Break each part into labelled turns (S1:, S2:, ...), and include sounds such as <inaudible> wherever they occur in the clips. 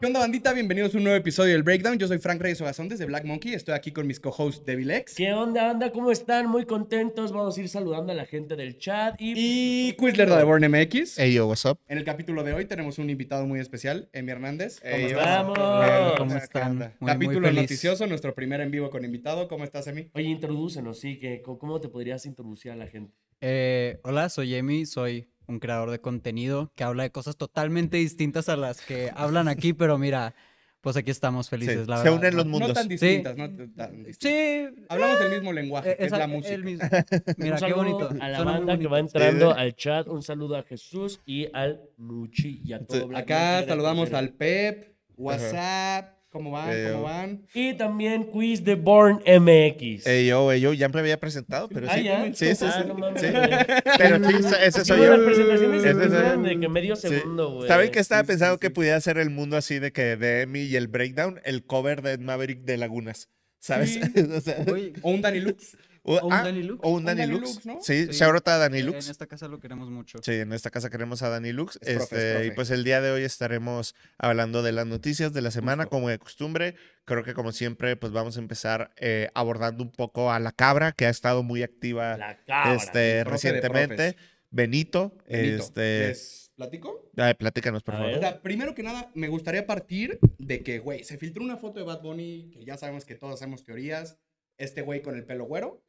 S1: ¿Qué onda, bandita? Bienvenidos a un nuevo episodio del Breakdown. Yo soy Frank Reyes Ogazón desde Black Monkey. Estoy aquí con mis co-hosts Devil X.
S2: ¿Qué onda, banda? ¿Cómo están? Muy contentos. Vamos a ir saludando a la gente del chat. Y, pues,
S1: Y Quizler de Born MX.
S3: Hey, yo, what's up?
S1: En el capítulo de hoy tenemos un invitado muy especial, Emi Hernández. ¿Cómo
S3: Ey,
S1: estás?
S2: ¡Vamos!
S3: ¿Cómo
S1: ¿Qué
S3: están?
S1: onda?
S3: Eh, Muy, muy
S1: capítulo
S3: feliz.
S1: noticioso, nuestro primer en vivo con invitado. ¿Cómo estás, Emi?
S2: Oye, introdúcenos, sí. Que, co- ¿Cómo te podrías introducir a la gente?
S3: Eh,
S4: Hola, soy Emi, soy un creador de contenido que habla de cosas totalmente distintas a
S1: <laughs>
S4: las que hablan aquí, pero mira, pues aquí estamos felices,
S3: se,
S4: la
S3: se
S4: verdad.
S3: unen los
S1: No
S3: mundos.
S1: tan distintas, no t- tan distintas.
S4: Sí, eh,
S1: Hablamos del mismo lenguaje,
S3: Eh,
S1: que Ah, es
S4: esa-
S1: la
S4: el
S1: música. <laughs>
S4: mismo. Mira,
S2: Un
S4: qué
S2: saludo
S4: bonito.
S2: A la
S4: suena muy
S2: banda que
S4: bonito.
S2: va entrando
S3: Sí.
S2: al chat. Un saludo a Jesús y al Nuchi y a todo
S3: Sí.
S2: Black Monkey
S1: Acá
S2: de
S1: saludamos
S2: tercera.
S1: al Pep, WhatsApp. ¿Cómo van?
S3: Ey,
S1: ¿Cómo
S3: yo.
S1: van?
S2: Y también Quiz de Born MX.
S3: Ey, yo, ey, yo, ya me había presentado, pero
S2: Ah,
S3: sí.
S2: ya.
S3: Sí, sí,
S2: Ah,
S3: sí.
S2: no mames,
S3: sí.
S2: güey.
S3: Pero sí, so- ese
S2: Es
S3: soy
S2: que
S3: yo.
S2: las presentaciones se
S3: Ese soy
S2: duran
S3: yo.
S2: de que medio
S3: Sí.
S2: segundo, güey.
S3: ¿Saben que estaba
S2: Sí, sí,
S3: pensando
S2: sí,
S3: que
S2: sí.
S3: pudiera ser el mundo así de que de Emi y el breakdown, el cover de Ed Maverick de Lagunas? ¿Sabes?
S1: Sí.
S3: o sea,
S4: Oye,
S1: O un Dani Lux.
S3: <laughs> o,
S4: o un
S3: ah,
S4: Danny Lux.
S3: o un Danny Lux.
S1: ¿no?
S3: Sí,
S4: Sí.
S3: shout out a Danny
S4: eh, En
S3: Lux.
S4: esta casa lo queremos mucho.
S3: Sí, en esta casa queremos a Dani Lux.
S1: Es profe, es
S3: este, Y
S1: profe.
S3: pues el día de hoy estaremos hablando de las noticias de la semana, como de costumbre. Creo que como siempre, pues vamos a empezar eh, abordando un poco a la cabra, que ha estado muy activa
S2: La cabra.
S3: este,
S1: profe de
S3: recientemente.
S1: profes.
S3: Benito,
S1: Benito.
S3: este...
S1: ¿Les platico?
S3: ay, platícanos, por
S2: A
S3: favor.
S1: O
S2: ver.
S1: sea, primero que nada, me gustaría partir de que, güey, se filtró una foto de Bad Bunny, que ya sabemos que todos hacemos teorías. Este güey con el pelo güero,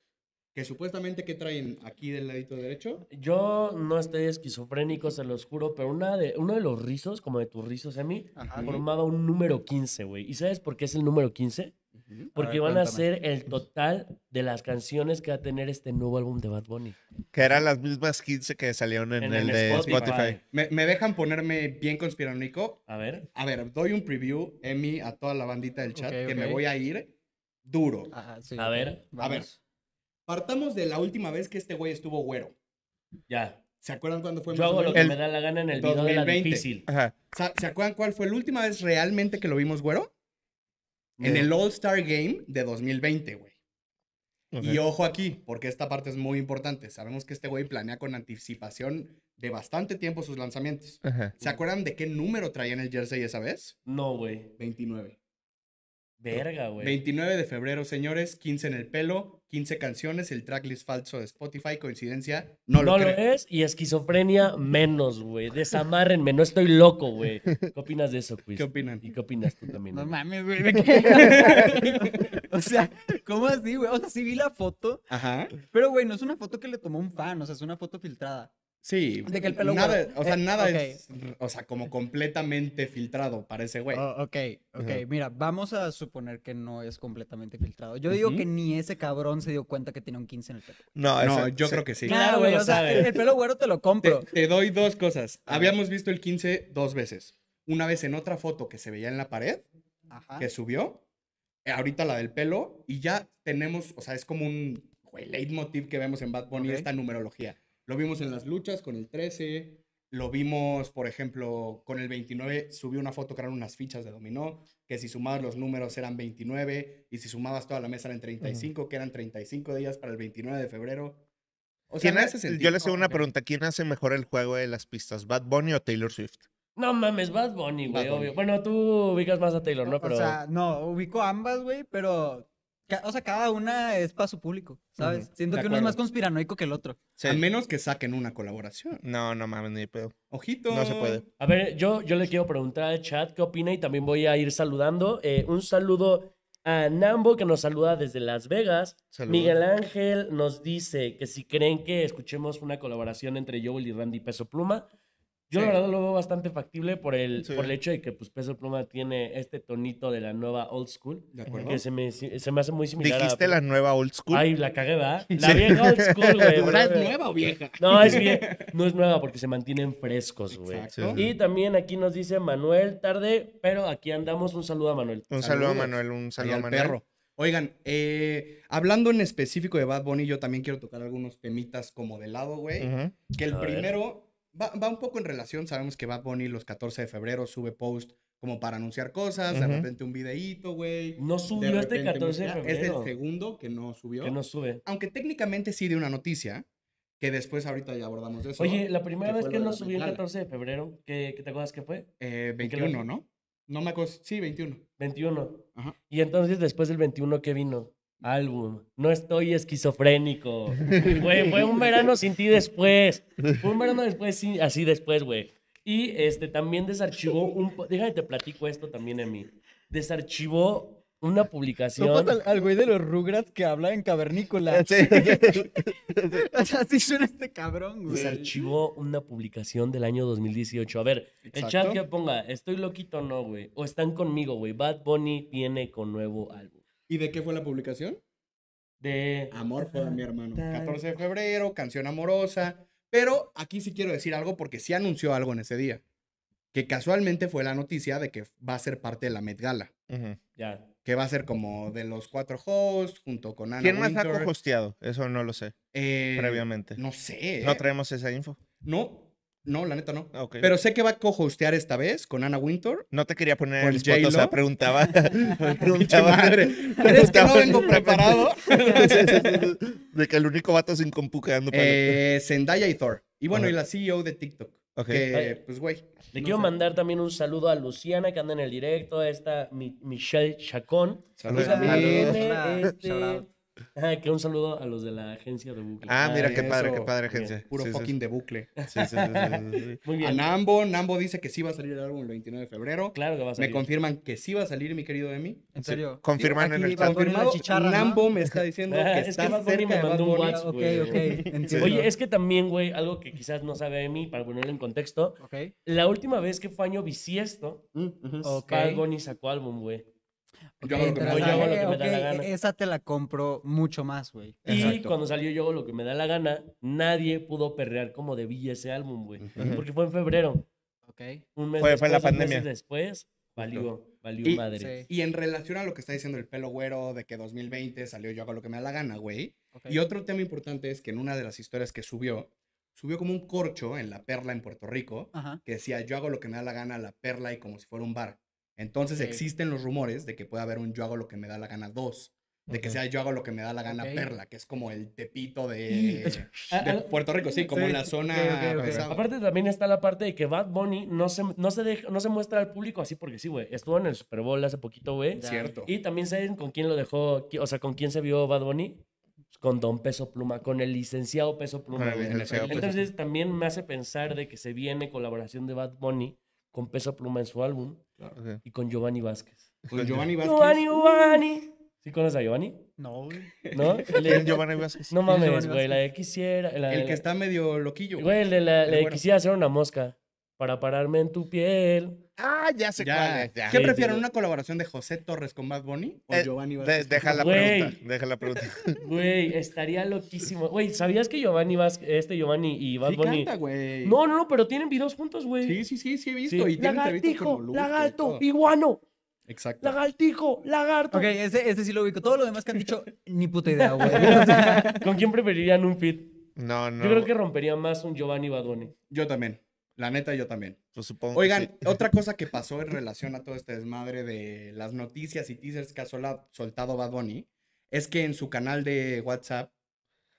S1: que supuestamente que traen aquí del ladito derecho.
S2: Yo no estoy esquizofrénico, se los juro, pero una de, uno de los rizos, como de tus rizos, Emi,
S4: Ajá.
S2: formaba un número 15, güey. ¿Y sabes por qué es el número 15? Porque
S4: ver,
S2: van a
S4: cuéntame.
S2: ser el total de las canciones que va a tener este nuevo álbum de Bad Bunny.
S3: Que eran las mismas 15 que salieron en,
S2: En
S3: el,
S2: el
S3: de Spotify.
S2: Spotify.
S1: Me, me dejan ponerme bien conspiranoico.
S2: A ver.
S1: A ver, doy un preview, Emi, a toda la bandita del chat,
S4: Ok,
S1: que me
S4: ok.
S1: voy a ir duro.
S4: Ajá, sí,
S2: A
S4: ok,
S2: ver,
S1: a ver.
S4: vamos.
S1: Partamos de la última vez que este güey estuvo güero.
S2: Ya.
S1: ¿Se acuerdan cuándo fue?
S2: Yo
S1: más o
S2: hago lo
S1: menos?
S2: que
S3: El
S2: me da la gana en el video de la
S1: 2020.
S2: difícil.
S3: Ajá.
S1: Sa- ¿Se acuerdan cuál fue la última vez realmente que lo vimos güero? En
S2: No.
S1: el All-Star Game de 2020, güey. Y ojo aquí, porque esta parte es muy importante. Sabemos que este güey planea con anticipación de bastante tiempo sus lanzamientos.
S3: Ajá.
S1: ¿Se acuerdan de qué número traían el jersey esa vez?
S2: No, güey.
S1: 29.
S2: Verga, güey.
S1: 29 de febrero, señores, 15 en el pelo, 15 canciones, el tracklist falso de Spotify, coincidencia, no lo
S2: No lo
S1: creo.
S2: es y esquizofrenia menos, güey. Desamárrenme, no estoy loco, güey. ¿Qué opinas de eso, Chris?
S1: ¿Qué opinan?
S2: ¿Y qué opinas tú también?
S4: No
S2: Emi?
S4: mames,
S1: <laughs>
S4: güey, ¿de qué? <laughs> o sea, ¿cómo así, güey? O sea, sí vi la foto,
S1: Ajá.
S4: pero güey, no es una foto que le tomó un fan, o sea, es una foto filtrada.
S1: Sí.
S4: De que el pelo
S1: nada,
S4: güero.
S1: O sea,
S4: Eh,
S1: nada
S4: ok.
S1: es, o sea, como completamente filtrado para ese güey.
S4: Oh, ok, ok.
S3: Ajá.
S4: Mira, vamos a suponer que no es completamente filtrado. Yo digo que
S1: Ujú.
S4: ni ese cabrón se dio cuenta que tenía un 15 en el pelo.
S3: No,
S2: Ah,
S1: no,
S3: ese-
S1: yo
S3: sí.
S1: creo que sí.
S2: Claro, güey, lo
S4: o sea,
S2: sabe.
S4: el, el pelo güero te lo
S1: Te,
S4: compro.
S1: te doy dos cosas. Habíamos visto el 15 dos veces. Una vez en otra foto que se veía en la pared,
S4: Ajá.
S1: que subió. eh, Ahorita la del pelo. Y ya tenemos, o sea, es como un güey, leitmotiv que vemos en Bad Bunny,
S4: Ok.
S1: esta numerología. Lo vimos en las luchas con el 13. Lo vimos, por ejemplo, con el 29. Subió una foto que eran unas fichas de dominó. Que si sumabas los números eran 29. Y si sumabas toda la mesa eran 35, que eran 35 días para el 29 de febrero. O sea,
S3: ¿Quién
S1: me
S3: ha-
S1: hace sentido.
S3: yo les hago
S4: Oh,
S3: una
S4: ok.
S3: pregunta. ¿Quién hace mejor el juego de las pistas? ¿Bad Bunny o Taylor Swift?
S2: No mames, Bad Bunny, güey,
S1: Bad Bunny.
S2: obvio. Bueno, tú ubicas más a Taylor, ¿no?
S4: O-
S2: Pero
S4: O sea, no, ubico ambas, güey, pero. ca- O sea, cada una es para su público, ¿sabes?
S1: Ujú,
S4: Siento
S1: de
S4: que uno es más
S1: acuerdo.
S4: conspiranoico que el otro.
S3: Sí.
S1: A menos que saquen una colaboración.
S3: No, no mames, ni pedo.
S1: Ojito.
S3: No se puede.
S2: a ver, yo, yo le quiero preguntar al chat qué opina y también voy a ir saludando. Eh, un saludo a Nambo que nos saluda desde Las Vegas.
S3: Saludos.
S2: Miguel Ángel nos dice que si creen que escuchemos una colaboración entre Joel y Randy Peso Pluma, yo
S1: Sí.
S2: la verdad lo veo bastante factible por el,
S3: Sí.
S2: por el hecho de que pues, Peso Pluma tiene este tonito de la nueva old school,
S1: De acuerdo.
S2: que se me, se me hace muy similar
S3: Dijiste
S2: a...
S3: la nueva old school.
S2: Ay, la cagué, ¿verdad? La vieja old school,
S3: <laughs>
S2: güey.
S1: O sea, ¿es
S2: bro.
S1: nueva o vieja?
S2: No, es bien,
S1: <laughs>
S2: no es nueva porque se mantienen frescos, Pues, güey.
S1: Exacto.
S3: Sí, sí.
S2: Y también aquí nos dice Manuel, tarde, pero aquí andamos. Un saludo a Manuel.
S3: un saludo a
S1: saludos.
S3: Manuel, un
S1: Ahí
S3: saludo a
S1: al
S3: Manuel.
S1: perro. Oigan, eh, hablando en específico de Bad Bunny, yo también quiero tocar algunos temitas como de lado, güey.
S3: Ujú.
S1: Que el
S2: A ver.
S1: primero va, va un poco en relación. Sabemos que Bad Bunny los 14 de febrero sube post como para anunciar cosas, de
S3: Ujú.
S1: repente un videíto, güey.
S2: No
S1: de
S2: subió este
S1: repente
S2: 14 de
S1: música.
S2: febrero.
S1: Es el segundo que no subió.
S2: que no sube.
S1: Aunque técnicamente sí de una noticia, que después ahorita ya abordamos de eso.
S2: Oye, la primera
S1: que
S2: vez
S1: fue lo
S2: que él
S1: de
S2: no
S1: la
S2: subió el
S1: ventana.
S2: 14 de febrero, ¿qué, qué te acuerdas que fue?
S1: Eh,
S2: que
S1: 21,
S2: lo-
S1: ¿no? No me acuerdo. Sí, 21.
S2: 21.
S1: Ajá.
S2: Y entonces después del 21, ¿qué vino? Álbum. No
S1: <laughs>
S2: estoy esquizofrénico. Güey, fue un verano sin ti después. Fue un verano después, sin- así después, güey. Y este también desarchivó un... po- Déjame te platico esto también a mí. Desarchivó una publicación...
S4: al, al güey de los Rugrats que habla en cavernícola. <laughs>
S3: Sí.
S4: Así suena este cabrón, güey.
S2: Desarchivó una publicación del año 2018. A ver, el chat
S1: Exacto.
S2: que ponga, estoy loquito o no, güey. O están conmigo, güey. Bad Bunny viene con nuevo álbum.
S1: ¿Y de qué fue la publicación?
S2: De...
S1: Amor por mi hermano. 14 de febrero, canción amorosa. Pero aquí sí quiero decir algo porque sí anunció algo en ese día. Que casualmente fue la noticia de que va a ser parte de la Met Gala.
S3: Ujú.
S2: Ya.
S1: Que va a ser como de los cuatro hosts junto con Ana
S3: ¿Quién más ha
S1: Wintour.
S3: cohosteado? Eso no lo sé
S1: Eh,
S3: previamente.
S1: No sé.
S3: No
S1: ¿eh?
S3: traemos esa info.
S1: No, no, la neta no.
S3: Ah, ok.
S1: Pero sé que va a cohostear esta vez con Ana Winter.
S3: no te quería poner en
S1: ¿Con
S3: el spot, o sea,
S1: J-Lo? <laughs>
S3: preguntaba. <laughs>
S1: Pinche
S3: preguntaba
S1: madre. ¿Crees que no vengo preparado?
S3: <laughs> de que el único vato sin compu quedando para
S1: Eh, Zendaya y Thor. Y bueno,
S3: Ajá.
S1: y la CEO de TikTok.
S3: Ok.
S1: Que, pues, güey.
S2: Le
S1: no
S2: quiero
S1: sé.
S2: mandar también un saludo a Luciana que anda en el directo, a esta Mi- Michelle Chacón.
S1: Saludos.
S3: Saludos.
S1: Saludos.
S2: Tiene,
S4: Hola,
S2: este,
S4: shout out.
S2: ajá, que un saludo a los de la agencia de Google.
S3: Ah, mira,
S1: Ay,
S3: qué padre, qué
S1: eso,
S3: padre,
S2: bien.
S3: gente.
S1: Puro
S3: Sí, sí,
S1: fucking de bucle.
S3: sí, sí, sí, sí,
S1: <laughs>
S3: sí, sí.
S2: Muy
S1: A
S2: bien.
S1: Nambo. Nambo dice que sí va a salir el álbum el 29 de febrero.
S2: Claro que vas a
S1: Me
S2: salir.
S1: confirman que sí va a salir, mi querido Emi.
S4: ¿En
S3: Sí,
S4: serio?
S3: confirman en
S4: Aquí
S3: el
S4: Bad
S3: chat.
S4: Bunny en la
S1: Confirmado.
S4: chicharra, ¿no?
S1: Nambo me está
S2: <laughs>
S1: diciendo
S2: Ah,
S1: que
S2: es
S1: está
S2: que Bad Bunny
S1: cerca
S2: me
S1: de Bad
S2: mandó un
S1: Bunny.
S4: Ah,
S2: WhatsApp.
S4: Ok,
S2: güey.
S4: ok, entiendo.
S2: Oye, es que también, güey, algo que quizás no sabe Emi, para ponerlo en contexto,
S4: Ok.
S2: la última vez que fue año bisiesto,
S1: Mm, ujú.
S4: Ok.
S2: Bad Bunny sacó álbum, güey.
S1: Yo hago lo que me da
S4: interesante.
S1: la gana.
S2: Yo hago lo que me da la
S4: Ok, e-,
S2: gana.
S4: Esa te la compro mucho más, güey.
S2: Y
S1: Exacto.
S2: cuando salió Yo hago lo que me da la gana, nadie pudo perrear como debía ese álbum, güey.
S3: Ujú.
S2: Porque fue en febrero,
S4: Ok.
S2: un mes
S3: Fue-
S2: después,
S3: fue la
S2: dos meses
S3: pandemia.
S2: después, valió, valió
S1: Y-
S2: madre.
S4: sí.
S1: Y en relación a lo que está diciendo el pelo güero de que 2020 salió yo hago lo que me da la gana, güey.
S4: ok.
S1: Y otro tema importante es que en una de las historias que subió, subió como un corcho en La Perla en Puerto Rico
S4: Ajá.
S1: que decía yo hago lo que me da la gana a La Perla y como si fuera un bar. Entonces
S4: Ok.
S1: existen los rumores de que puede haber un yo hago lo que me da la gana 2, de que
S3: Ujú.
S1: sea yo hago lo que me da la gana
S4: Ok.
S1: Perla, que es como el tepito
S2: <laughs>
S4: Y-
S1: de,
S2: Ah,
S1: Eh, de
S2: ah,
S1: Puerto Rico, sí, como
S4: Sí,
S1: la zona...
S4: ok, ok, ok.
S1: pesada.
S2: Aparte también está la parte de que Bad Bunny no se, no se, deja- no se muestra al público así porque sí, güey. Estuvo en el Super Bowl hace poquito, güey.
S4: Ya.
S1: Cierto.
S2: Y también saben con quién lo dejó, qui- o sea, con quién se vio Bad Bunny. Pues Con Don Peso Pluma, con el licenciado Peso Pluma.
S3: Con el
S2: güey.
S3: licenciado Peso
S2: Entonces también me hace pensar de que se viene colaboración de Bad Bunny con Peso Pluma en su álbum
S3: Ok.
S2: y con Giovanni Vázquez.
S1: Con Pues Giovanni Vázquez.
S2: Giovanni, Giovanni. ¿Sí conoces a Giovanni?
S4: No, güey.
S2: ¿no? El de-
S3: ¿Quién, Giovanni
S1: <laughs>
S3: Vázquez?
S2: no
S4: Giovanni
S2: mames, güey, la
S4: Vázquez?
S2: de quisiera. la de
S1: El
S2: la-
S1: que está medio <laughs> loquillo.
S2: Güey, el de la,
S1: El
S2: le
S1: güero.
S2: quisiera hacer una mosca para pararme en tu piel.
S3: Ah, ya sé cuál
S1: Ya.
S3: es, ya.
S1: ¿Qué
S2: Sí,
S1: prefieren?
S2: sí.
S1: ¿Una colaboración de José Torres con Bad Bunny o
S3: Eh,
S1: Giovanni
S3: De-
S1: Vázquez?
S3: deja la
S2: Güey.
S3: pregunta, deja la pregunta.
S2: Güey, estaría loquísimo. Güey, ¿sabías que Giovanni Vázquez, este Giovanni y Bad
S1: Sí
S2: Bunny?
S1: canta, güey.
S2: no, no, no, pero tienen videos juntos, güey.
S1: Sí, sí, sí, sí he visto. Y tiene entrevistas con
S2: Lagartijo,
S1: Molusco y
S2: lagarto,
S1: todo.
S2: iguano,
S1: Exacto.
S2: lagartijo, lagarto.
S4: Ok, ese, ese sí lo ubico. Todo lo demás que han dicho, ni puta idea, güey. O sea,
S2: ¿Con quién preferirían un fit?
S3: No, no.
S2: Yo creo que rompería más un Giovanni Bad Bunny.
S1: Yo también. La neta, yo también.
S3: pues supongo que
S1: Oigan,
S3: sí.
S1: otra cosa que pasó en relación a todo este desmadre de las noticias y teasers que ha sola- soltado Bad Bunny es que en su canal de WhatsApp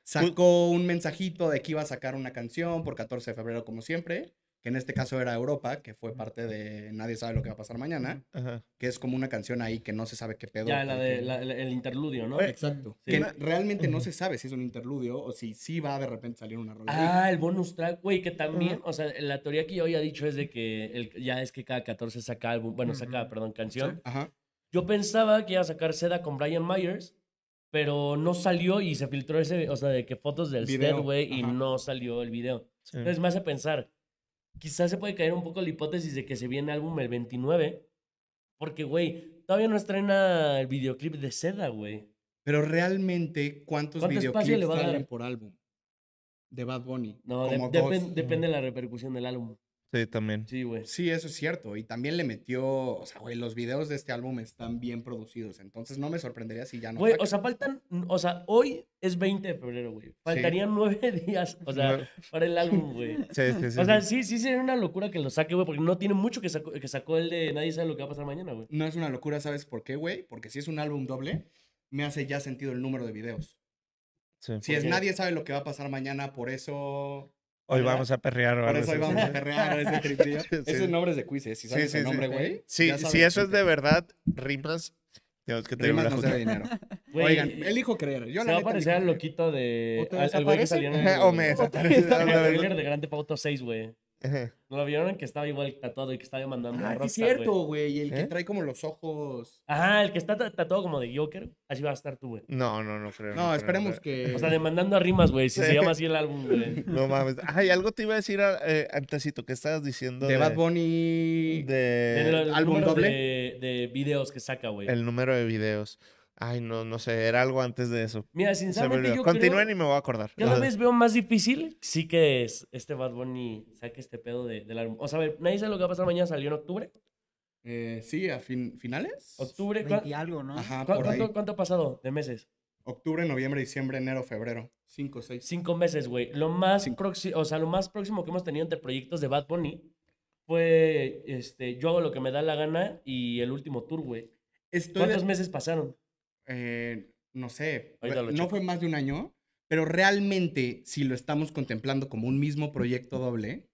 S1: sacó un mensajito de que iba a sacar una canción por 14 de febrero, como siempre, que en este caso era Europa, que fue parte de Nadie sabe lo que va a pasar mañana,
S3: Ajá.
S1: que es como una canción ahí que no se sabe qué pedo.
S2: Ya, la de,
S1: porque-
S2: la- la- el interludio, ¿no?
S3: Oye,
S1: Exacto.
S2: Sí.
S1: Que realmente no se sabe si es un interludio o si sí va de repente salir una rola. ahí.
S2: Ah, el bonus track, güey, que también, o sea, la teoría que yo había dicho es de que el- ya es que cada 14 saca álbum, bueno, saca,
S4: Ujú.
S2: perdón, canción.
S1: Ajá.
S2: Yo pensaba que iba a sacar seda con Brian Myers, pero no salió y se filtró ese, o sea, de que fotos del set,
S1: Video,
S2: güey, y
S1: ajá.
S2: no salió el video.
S3: Sí.
S2: Entonces me hace pensar, quizás se puede caer un poco la hipótesis de que se viene álbum el 29, porque, güey, todavía no estrena el videoclip de seda, güey.
S1: Pero realmente, ¿cuántos
S2: ¿Cuánto espacio
S1: videoclips
S2: le va a dar?
S1: salen por álbum? De Bad Bunny.
S2: No, de-
S1: Como dos.
S2: depen- depende de la repercusión del álbum.
S3: Sí, también.
S2: Sí, güey.
S1: Sí, eso es cierto. Y también le metió, o sea, güey, los videos de este álbum están bien producidos. Entonces no me sorprendería si ya no.
S2: Güey,
S1: saca.
S2: o sea, faltan, o sea, hoy es 20 de febrero, güey. Faltarían nueve <laughs> días, o sea,
S3: Nueve.
S2: para el álbum, güey.
S3: Sí,
S2: <laughs>
S3: sí, sí.
S2: O sea,
S3: sí.
S2: sí, sí sería una locura que lo saque, güey, porque no tiene mucho que sacó, que sacó el de Nadie sabe lo que va a pasar mañana, güey.
S1: No es una locura, ¿sabes por qué, güey? Porque si es un álbum doble, me hace ya sentido el número de videos.
S3: Sí.
S1: Si es
S2: qué?
S1: nadie sabe lo que va a pasar mañana, por eso
S3: Hoy
S1: ¿Verdad?
S3: vamos a perrear. o
S1: Por
S3: algo
S1: eso ahí
S3: así.
S1: vamos
S2: <laughs>
S1: a perrear ese triptillo.
S3: <laughs> Sí.
S1: Ese nombre es de quiz, ¿eh? Si sabes
S3: sí,
S1: el
S3: sí.
S1: nombre, güey.
S3: Sí,
S1: ya
S3: si
S1: sabes
S3: eso es de verdad, rimas, tenemos que
S1: que
S3: tener
S1: Rimas
S3: una
S1: no se
S3: justa.
S1: de dinero.
S2: Güey,
S1: Oigan, elijo creer. Yo
S2: se
S1: la
S2: va a
S1: neta
S2: parecer al
S1: elijo creer.
S2: loquito de.
S1: ¿O te
S2: al- Al güey que
S1: desaparece?
S2: salió
S1: <laughs>
S2: en el.
S3: Ajá,
S2: <laughs>
S3: o me desaparece.
S2: en el
S3: Ajá.
S2: trailer de Grande Auto 6, güey. ¿No lo vieron? Que estaba igual tatuado y que estaba mandando
S1: Ah,
S2: a
S1: sí es
S2: Rockstar, güey.
S1: cierto, güey. El que
S3: ¿Eh?
S1: trae como los ojos.
S2: Ajá, el que está ta- tatuado como de Joker. Así va a estar tú, güey.
S3: <laughs> No, no, no creo.
S1: No,
S3: creo,
S1: esperemos
S3: creo.
S1: que.
S2: O sea, demandando a rimas, güey. Si
S3: Sí.
S2: se llama así el álbum, güey.
S1: <laughs>
S3: No mames. Ay, algo te iba a decir a- eh, antesito. ¿Qué estabas diciendo?
S1: de Bad Bunny.
S2: En
S3: De
S2: los
S1: ¿álbum
S2: números
S1: doble?
S2: De, de videos que saca, güey.
S3: el número de videos. Ay, no, no sé. Era algo antes de eso.
S2: Mira,
S3: Se me
S2: sinceramente,
S3: olvidó.
S2: yo
S3: Continúen
S2: creo,
S3: y me voy a acordar.
S2: cada vez veo más difícil sí que es este Bad Bunny saque este pedo de- del álbum. O sea, a ver, nadie sabe lo que va a pasar mañana. Salió en octubre.
S1: eh, sí, a fin- finales.
S2: ¿Octubre? ¿cuá-
S4: 20 algo, ¿no?
S1: Ajá,
S2: cuá-
S1: ah, por ahí.
S2: Ah, cuánto, cuánto ha pasado de meses?
S1: Octubre, noviembre, diciembre, enero, febrero. Cinco, seis.
S2: Cinco meses, güey. Lo más
S1: Cinco.
S2: proxi- o sea, lo más próximo que hemos tenido entre proyectos de Bad Bunny fue este, yo hago lo que me da la gana y el último tour, güey.
S1: Estoy.
S2: ¿Cuántos
S1: de-
S2: meses pasaron?
S1: eh, no sé.
S2: Ahorita lo
S1: No
S2: checo.
S1: fue más de un año. Pero realmente, si lo estamos contemplando como un mismo proyecto doble,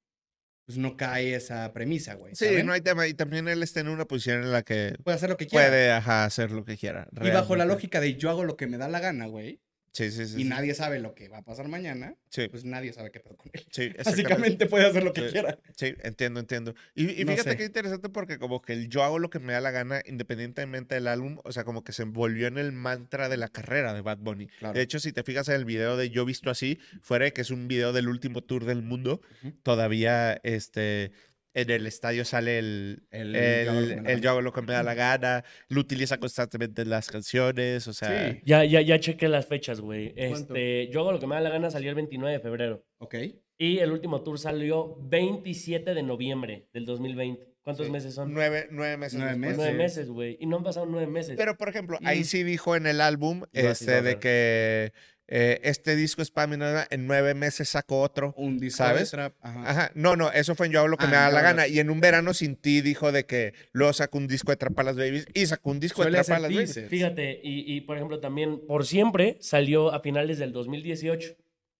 S1: pues no cae esa premisa, güey.
S3: <laughs> Sí,
S1: ¿saben?
S3: no hay tema. Y también él está en una posición en la que
S1: Puede hacer lo que quiera.
S3: puede ajá, hacer lo que quiera.
S1: Y bajo la
S3: realmente.
S1: lógica de yo hago lo que me da la gana, güey,
S3: Sí, sí, sí.
S1: y
S3: sí.
S1: nadie sabe lo que va a pasar mañana,
S3: Sí,
S1: pues nadie sabe qué pedo con él. <laughs>
S3: sí, exactamente.
S1: Básicamente puede hacer lo que
S3: Sí.
S1: quiera.
S3: Sí, entiendo, entiendo. Y, y
S1: No
S3: fíjate
S1: sé.
S3: qué interesante porque como que el yo hago lo que me da la gana independientemente del álbum, o sea, como que se envolvió en el mantra de la carrera de Bad Bunny.
S1: Claro.
S3: De hecho, si te fijas en el video de Yo Visto Así, fuera de que es un video del último tour del mundo,
S1: Ujú.
S3: todavía este, en el estadio sale el,
S1: El
S3: el,
S1: yo hago lo que me da la
S3: el yo hago lo que me da la gana, lo utiliza constantemente en las canciones, o sea...
S1: Sí.
S2: Ya, ya, ya chequé las fechas, güey.
S1: ¿Cuánto?
S2: Este, yo hago lo que me da la gana salió el 29 de febrero.
S1: Ok.
S2: Y el último tour salió 27 de noviembre del 2020. ¿Cuántos
S3: Sí.
S2: meses son?
S3: Nueve, nueve meses.
S1: Nueve
S3: después.
S2: Nueve
S1: meses.
S2: meses, güey. Y no han pasado nueve meses.
S3: Pero, por ejemplo,
S2: Mm.
S3: ahí sí dijo en el álbum
S2: Iba a
S3: este,
S2: decir,
S3: de que eh, este disco es para mí, nada, en nueve meses sacó otro.
S1: Un disco
S3: ¿Sabes?
S1: de trap. Ajá.
S3: Ajá, no, no, eso fue en Yo hablo que
S1: Ah,
S3: me da
S1: en Yo
S3: la
S1: Hablo.
S3: gana. Y en un verano sin ti dijo de que luego sacó un disco de Trapa las Babies y sacó un disco
S1: Suele
S3: de Trapa
S1: hacer
S3: pues, las Babies.
S1: teasers.
S2: Fíjate, y, y, por ejemplo, también por siempre salió a finales del 2018,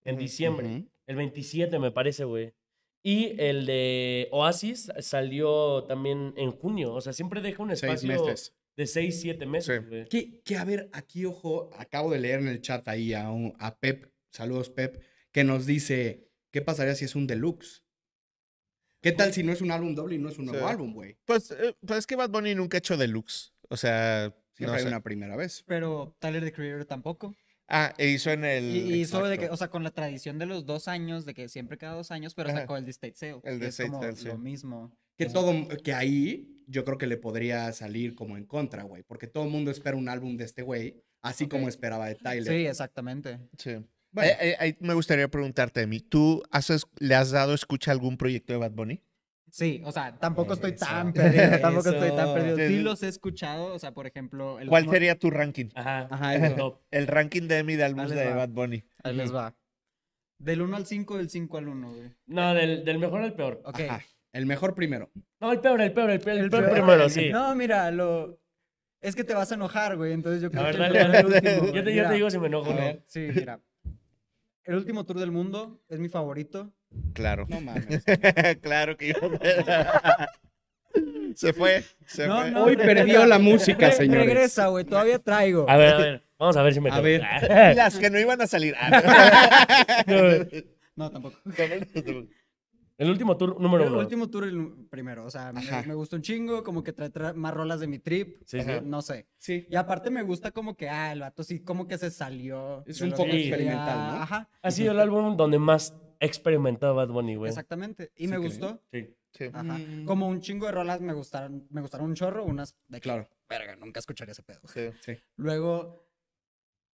S2: en
S3: Ujú,
S2: diciembre,
S1: Ujú.
S2: el 27 me parece, güey. Y el de Oasis salió también en junio, o sea, siempre deja un espacio
S1: Seis meses.
S2: de 6, 7 meses,
S3: Sí.
S2: güey.
S1: Que, que, a ver, aquí, ojo, acabo de leer en el chat ahí a, un- a Pep, saludos Pep, que nos dice, ¿qué pasaría si es un deluxe? ¿Qué tal si no es un álbum doble y no es un nuevo
S3: Sí.
S1: álbum, güey?
S3: Pues, eh, pues es que Bad Bunny nunca ha hecho deluxe. O sea, no
S1: Siempre hay
S3: sé.
S1: una primera vez.
S4: Pero Tyler, the Creator, tampoco.
S3: Ah, e hizo en el.
S4: Y, y hizo de que,
S3: Exacto.
S4: o sea, con la tradición de los dos años, de que siempre cada dos años, pero
S3: Ajá.
S4: sacó el de State Sale.
S3: El
S4: que
S3: de
S4: es
S3: State
S4: como
S3: Sale, sí.
S4: Lo mismo.
S1: Que todo, que ahí yo creo que le podría salir como en contra, güey, porque todo el mundo espera un álbum de este güey, así como
S4: Ok.
S1: esperaba de Tyler.
S4: Sí, exactamente.
S3: Sí.
S1: Bueno.
S3: Eh, eh, ahí me gustaría preguntarte, Emi, ¿tú has es- le has dado escucha a algún proyecto de Bad Bunny?
S4: Sí, o sea, tampoco estoy
S1: Eso.
S4: tan perdido, tampoco estoy tan perdido.
S3: Sí,
S4: Sí
S3: sí.
S4: los he escuchado, o sea, por ejemplo... El
S3: ¿Cuál
S4: último-
S3: sería tu ranking?
S2: Ajá.
S1: Ajá, eso.
S2: top.
S3: El ranking de Emi de álbumes
S4: les
S3: de
S4: va.
S3: Bad Bunny.
S4: Ahí les va. Del 1 al 5, del 5 al 1, güey.
S2: No, del, del mejor al peor.
S4: Ok.
S1: Ajá, El mejor primero.
S2: No, el peor, el peor, el peor, el,
S4: El
S2: peor,
S4: peor,
S2: primero, sí.
S4: No, mira, lo... Es que te vas a enojar, güey, entonces yo creo
S2: ver,
S4: que...
S2: dale,
S4: el
S2: dale. <laughs>
S4: último, <laughs> güey.
S2: Yo te, yo
S4: Mira,
S2: te digo si me enojo,
S1: A
S2: o ¿no?
S1: ver.
S4: Sí, mira. El último tour del mundo es mi favorito.
S3: Claro.
S1: No mames.
S3: <laughs> claro que yo. se fue, se
S4: No,
S3: fue.
S4: no.
S1: Hoy perdió la música,
S4: Re-
S1: señores.
S4: Regresa, güey, todavía traigo.
S2: A ver, a ver. Vamos a ver si me
S1: A
S2: enojo.
S1: ver.
S2: <laughs>
S3: <laughs> Las que no iban a salir. Ah,
S4: No, tampoco.
S3: no. <laughs>
S2: el último tour número
S4: el
S2: uno.
S4: último tour el nu- primero, o sea, me,
S1: Ajá.
S4: me gusta un chingo, como que trae, tra- más rolas de mi trip,
S2: Sí, sí.
S4: Ajá. no sé.
S1: <laughs> Sí.
S4: Y aparte me gusta como que, ah, el vato sí, como que se salió.
S1: Es
S4: de
S1: un
S4: lo
S1: poco
S4: que
S1: experimental,
S4: quería.
S1: ¿no?
S4: Ajá,
S2: Ha sido el álbum donde más ha experimentado Bad Bunny, güey.
S4: exactamente. Y
S1: Sí,
S4: me
S1: creo.
S4: gustó.
S2: Sí.
S3: Sí.
S4: Ajá.
S1: Mm.
S4: Como un chingo de rolas me gustaron, me gustaron un chorro, unas de que,
S1: Claro.
S4: verga, nunca escucharía ese pedo.
S3: Sí.
S4: Luego,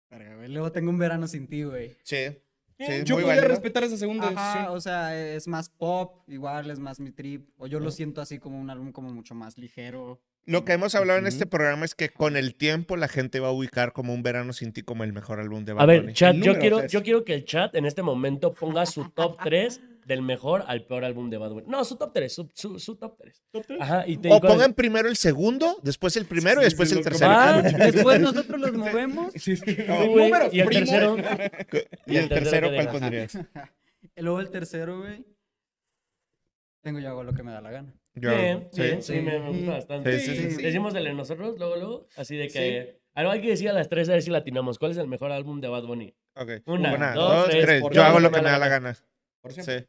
S4: verga, güey, luego tengo un verano sin ti, güey.
S3: Sí.
S1: Bien,
S3: Sí,
S1: Eh, yo
S3: muy
S1: podría
S3: válido.
S1: respetar esa segunda
S4: Ajá,
S1: decisión.
S4: o sea, es más pop, igual es más mi trip. O yo lo siento así como un álbum como mucho más ligero.
S3: Lo que hemos hablado en este
S1: Ujú.
S3: programa es que con el tiempo la gente va a ubicar como un verano sin ti como el mejor álbum de Bad
S2: A ver,
S3: Bunny.
S2: chat, yo
S1: Número
S2: quiero,
S1: tres.
S2: yo quiero que el chat en este momento
S1: <laughs>
S2: ponga su top 3 del mejor al peor álbum de Bad Bunny. No, su top 3, su, su, su top 3. Ajá, y te
S3: o
S2: cuál-
S3: pongan primero el segundo, después el primero y
S1: Sí,
S3: después
S1: sí,
S3: el
S1: lo que
S3: tercero. Ah,
S2: Va,
S3: <laughs>
S4: Después nosotros los movemos.
S1: Sí, sí.
S2: sí, güey,
S1: Números
S2: y el
S1: <laughs> primos.
S2: <laughs> tercero.
S3: Ah, ¿Y el tercero
S2: que
S3: cuál
S2: dejas.
S3: pondrías?
S4: Y luego el tercero, güey. Tengo yo hago lo que me da la gana.
S3: Yo-
S2: Bien,
S3: sí.
S2: bien, sí,
S4: sí.
S2: me me gusta bastante.
S3: Sí, sí, sí, sí.
S2: Decimos el de nosotros, luego, luego, así de que... Algo hay que decir a las tres, a ver si latinamos. ¿Cuál es el mejor álbum de Bad Bunny?
S3: Ok.
S2: Una,
S3: Una,
S2: dos,
S3: dos,
S2: tres,
S3: tres.
S1: por
S3: Yo
S1: dos,
S3: hago lo que me da la gana.
S1: Por siempre.
S3: Sí.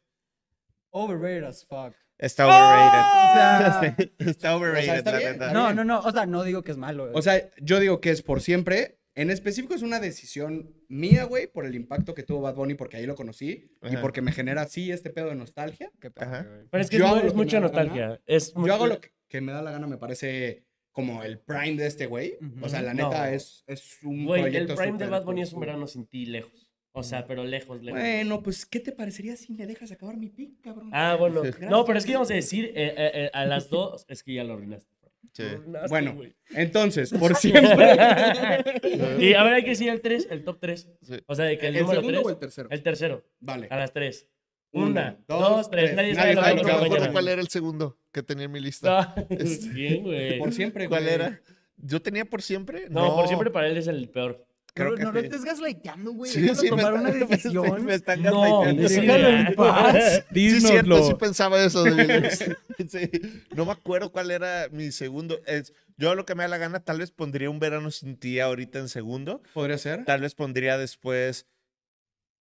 S4: Overrated as fuck.
S3: Está
S2: ¡Oh!
S3: overrated.
S4: Ah.
S1: <laughs>
S4: O sea,
S3: <laughs> Sí, Está overrated,
S1: está
S3: la
S1: bien.
S3: neta.
S4: no, no, no. O sea, no digo que es malo. güey.
S1: O sea, yo digo que es por siempre. En específico es una decisión mía, güey, por el impacto que tuvo Bad Bunny, porque ahí lo conocí y
S3: Ajá.
S1: porque me genera así este pedo de nostalgia.
S4: Qué
S3: Ajá.
S4: padre, güey.
S2: Pero es que
S1: Yo
S2: es,
S1: hago
S2: mu-
S1: lo
S2: es
S1: que me
S2: mucha
S1: da la gana.
S2: nostalgia. Es
S1: Yo hago lo que, que me da la gana, me parece como el prime de este güey. O sea, la
S2: No.
S1: neta es, es un
S2: Güey, el
S1: proyecto
S2: prime de
S1: súper
S2: Bad Bunny es un
S1: cool.
S2: verano sin ti, lejos. O sea, pero lejos, lejos.
S1: Bueno, pues, ¿qué te parecería si me dejas acabar mi pick, cabrón?
S2: Ah,
S1: <laughs>
S2: bueno.
S1: Gracias.
S2: No, pero es que íbamos a decir eh, eh, eh, a las dos. Es que ya lo arruinaste.
S3: Sí.
S1: Bueno. Entonces, por siempre.
S2: <laughs> y a ver, hay que decir el 3, el top 3.
S3: Sí.
S2: O sea, de que el,
S1: ¿El
S2: número
S1: segundo
S2: 3.
S1: o el tercero?
S2: El tercero,
S1: Vale.
S2: a las 3.
S1: Una,
S2: Una,
S1: dos,
S2: dos,
S1: tres.
S2: tres. Nadie
S1: Nadie
S2: sabe lo
S1: sabe
S3: Ay,
S1: lo
S2: que
S3: no
S1: que
S2: pasó
S3: me
S1: va a
S3: acuerdo
S2: mañana.
S3: cuál era el segundo que tenía en mi <laughs> lista. Este,
S2: No, es <laughs> bien, Ah, güey.
S1: Por siempre, güey.
S3: ¿Cuál era? ¿Yo tenía por siempre?
S2: No, por siempre para él es el peor.
S3: creo
S4: no,
S3: que
S4: no lo
S3: sí.
S4: estés gaslightando, güey.
S3: Sí,
S4: Déjalo
S3: sí, me
S4: tomar
S3: está-
S4: una
S3: <laughs> me está-
S4: decisión.
S3: me están
S2: No,
S3: gaslightando.
S2: sí.
S4: Déjalo en paz.
S3: Sí, cierto, sí
S1: Dínoslo.
S3: pensaba eso. de Vilex. Sí. No me acuerdo cuál era mi segundo. Es, yo lo que me da la gana, tal vez pondría un verano sin ti ahorita en segundo.
S1: ¿Podría ser?
S3: Tal vez pondría después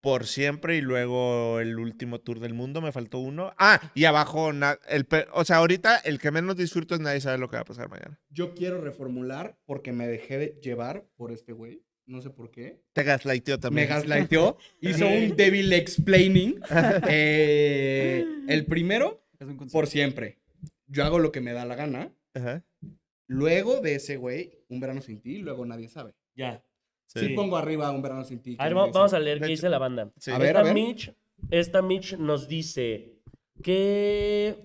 S3: por siempre y luego el último tour del mundo. Me faltó uno. Ah, y abajo, na- el, pe- o sea, ahorita el que menos disfruto es nadie sabe lo que va a pasar mañana.
S1: Yo quiero reformular porque me dejé de llevar por este güey. No sé por qué.
S3: Te gaslighteo
S1: Me
S3: también.
S1: gaslightó.
S3: <laughs>
S1: Hizo
S2: Sí.
S1: un devil explaining. Eh, el primero,
S4: Es un consejo.
S1: por siempre. Yo hago lo que me da la gana.
S3: Ajá,
S1: Luego de ese güey, un verano sin ti, luego nadie sabe.
S2: <laughs> Ya.
S3: sí.
S1: Sí, pongo arriba un verano sin ti. que
S2: A ver, va-
S1: nadie
S2: vamos a
S1: sabe.
S2: leer
S3: De
S2: qué
S3: hecho-
S2: dice la banda.
S3: Sí.
S1: A ver,
S2: esta
S1: a ver.
S2: Mitch, esta Mitch nos dice que.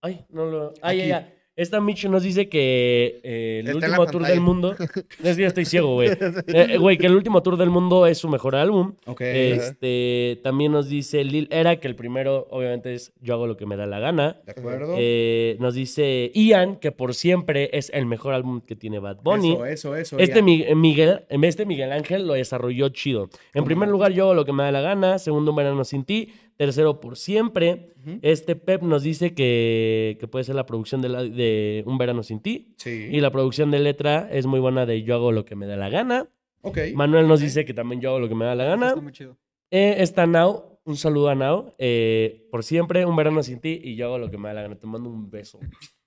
S2: Ay, no lo. Ay, ya,
S1: Aquí.
S2: ya. Esta Mitch nos dice que eh, el
S3: Está en la
S2: último tour del
S1: <laughs>
S3: pantalla.
S2: mundo. Es que yo estoy ciego, güey. Eh, eh, Güey, que el último tour del mundo es su mejor álbum.
S1: Ok.
S2: Este, también nos dice Lil Era, que el primero, obviamente, es Yo hago lo que me da la gana.
S1: de acuerdo.
S2: Eh, nos dice Ian, que por siempre es el mejor álbum que tiene Bad Bunny.
S1: Eso, eso, eso.
S2: Este
S1: ya.
S2: Mi- Miguel, este Miguel Ángel lo desarrolló chido. En primer lugar, yo hago lo que me da la gana. Segundo, un verano sin ti. Tercero, por siempre.
S1: Ujú.
S2: Este Pep nos dice que, que puede ser la producción de, la- de Un verano sin ti.
S1: Sí.
S2: Y la producción de letra es muy buena de Yo hago lo que me da la gana.
S1: Ok.
S2: Manuel nos dice que también yo hago lo que me da la gana.
S4: Está muy chido.
S2: Eh, está Nao. Un saludo a Nao. Eh, por siempre, un verano sin ti. Y yo hago lo que me da la gana. Te mando un beso.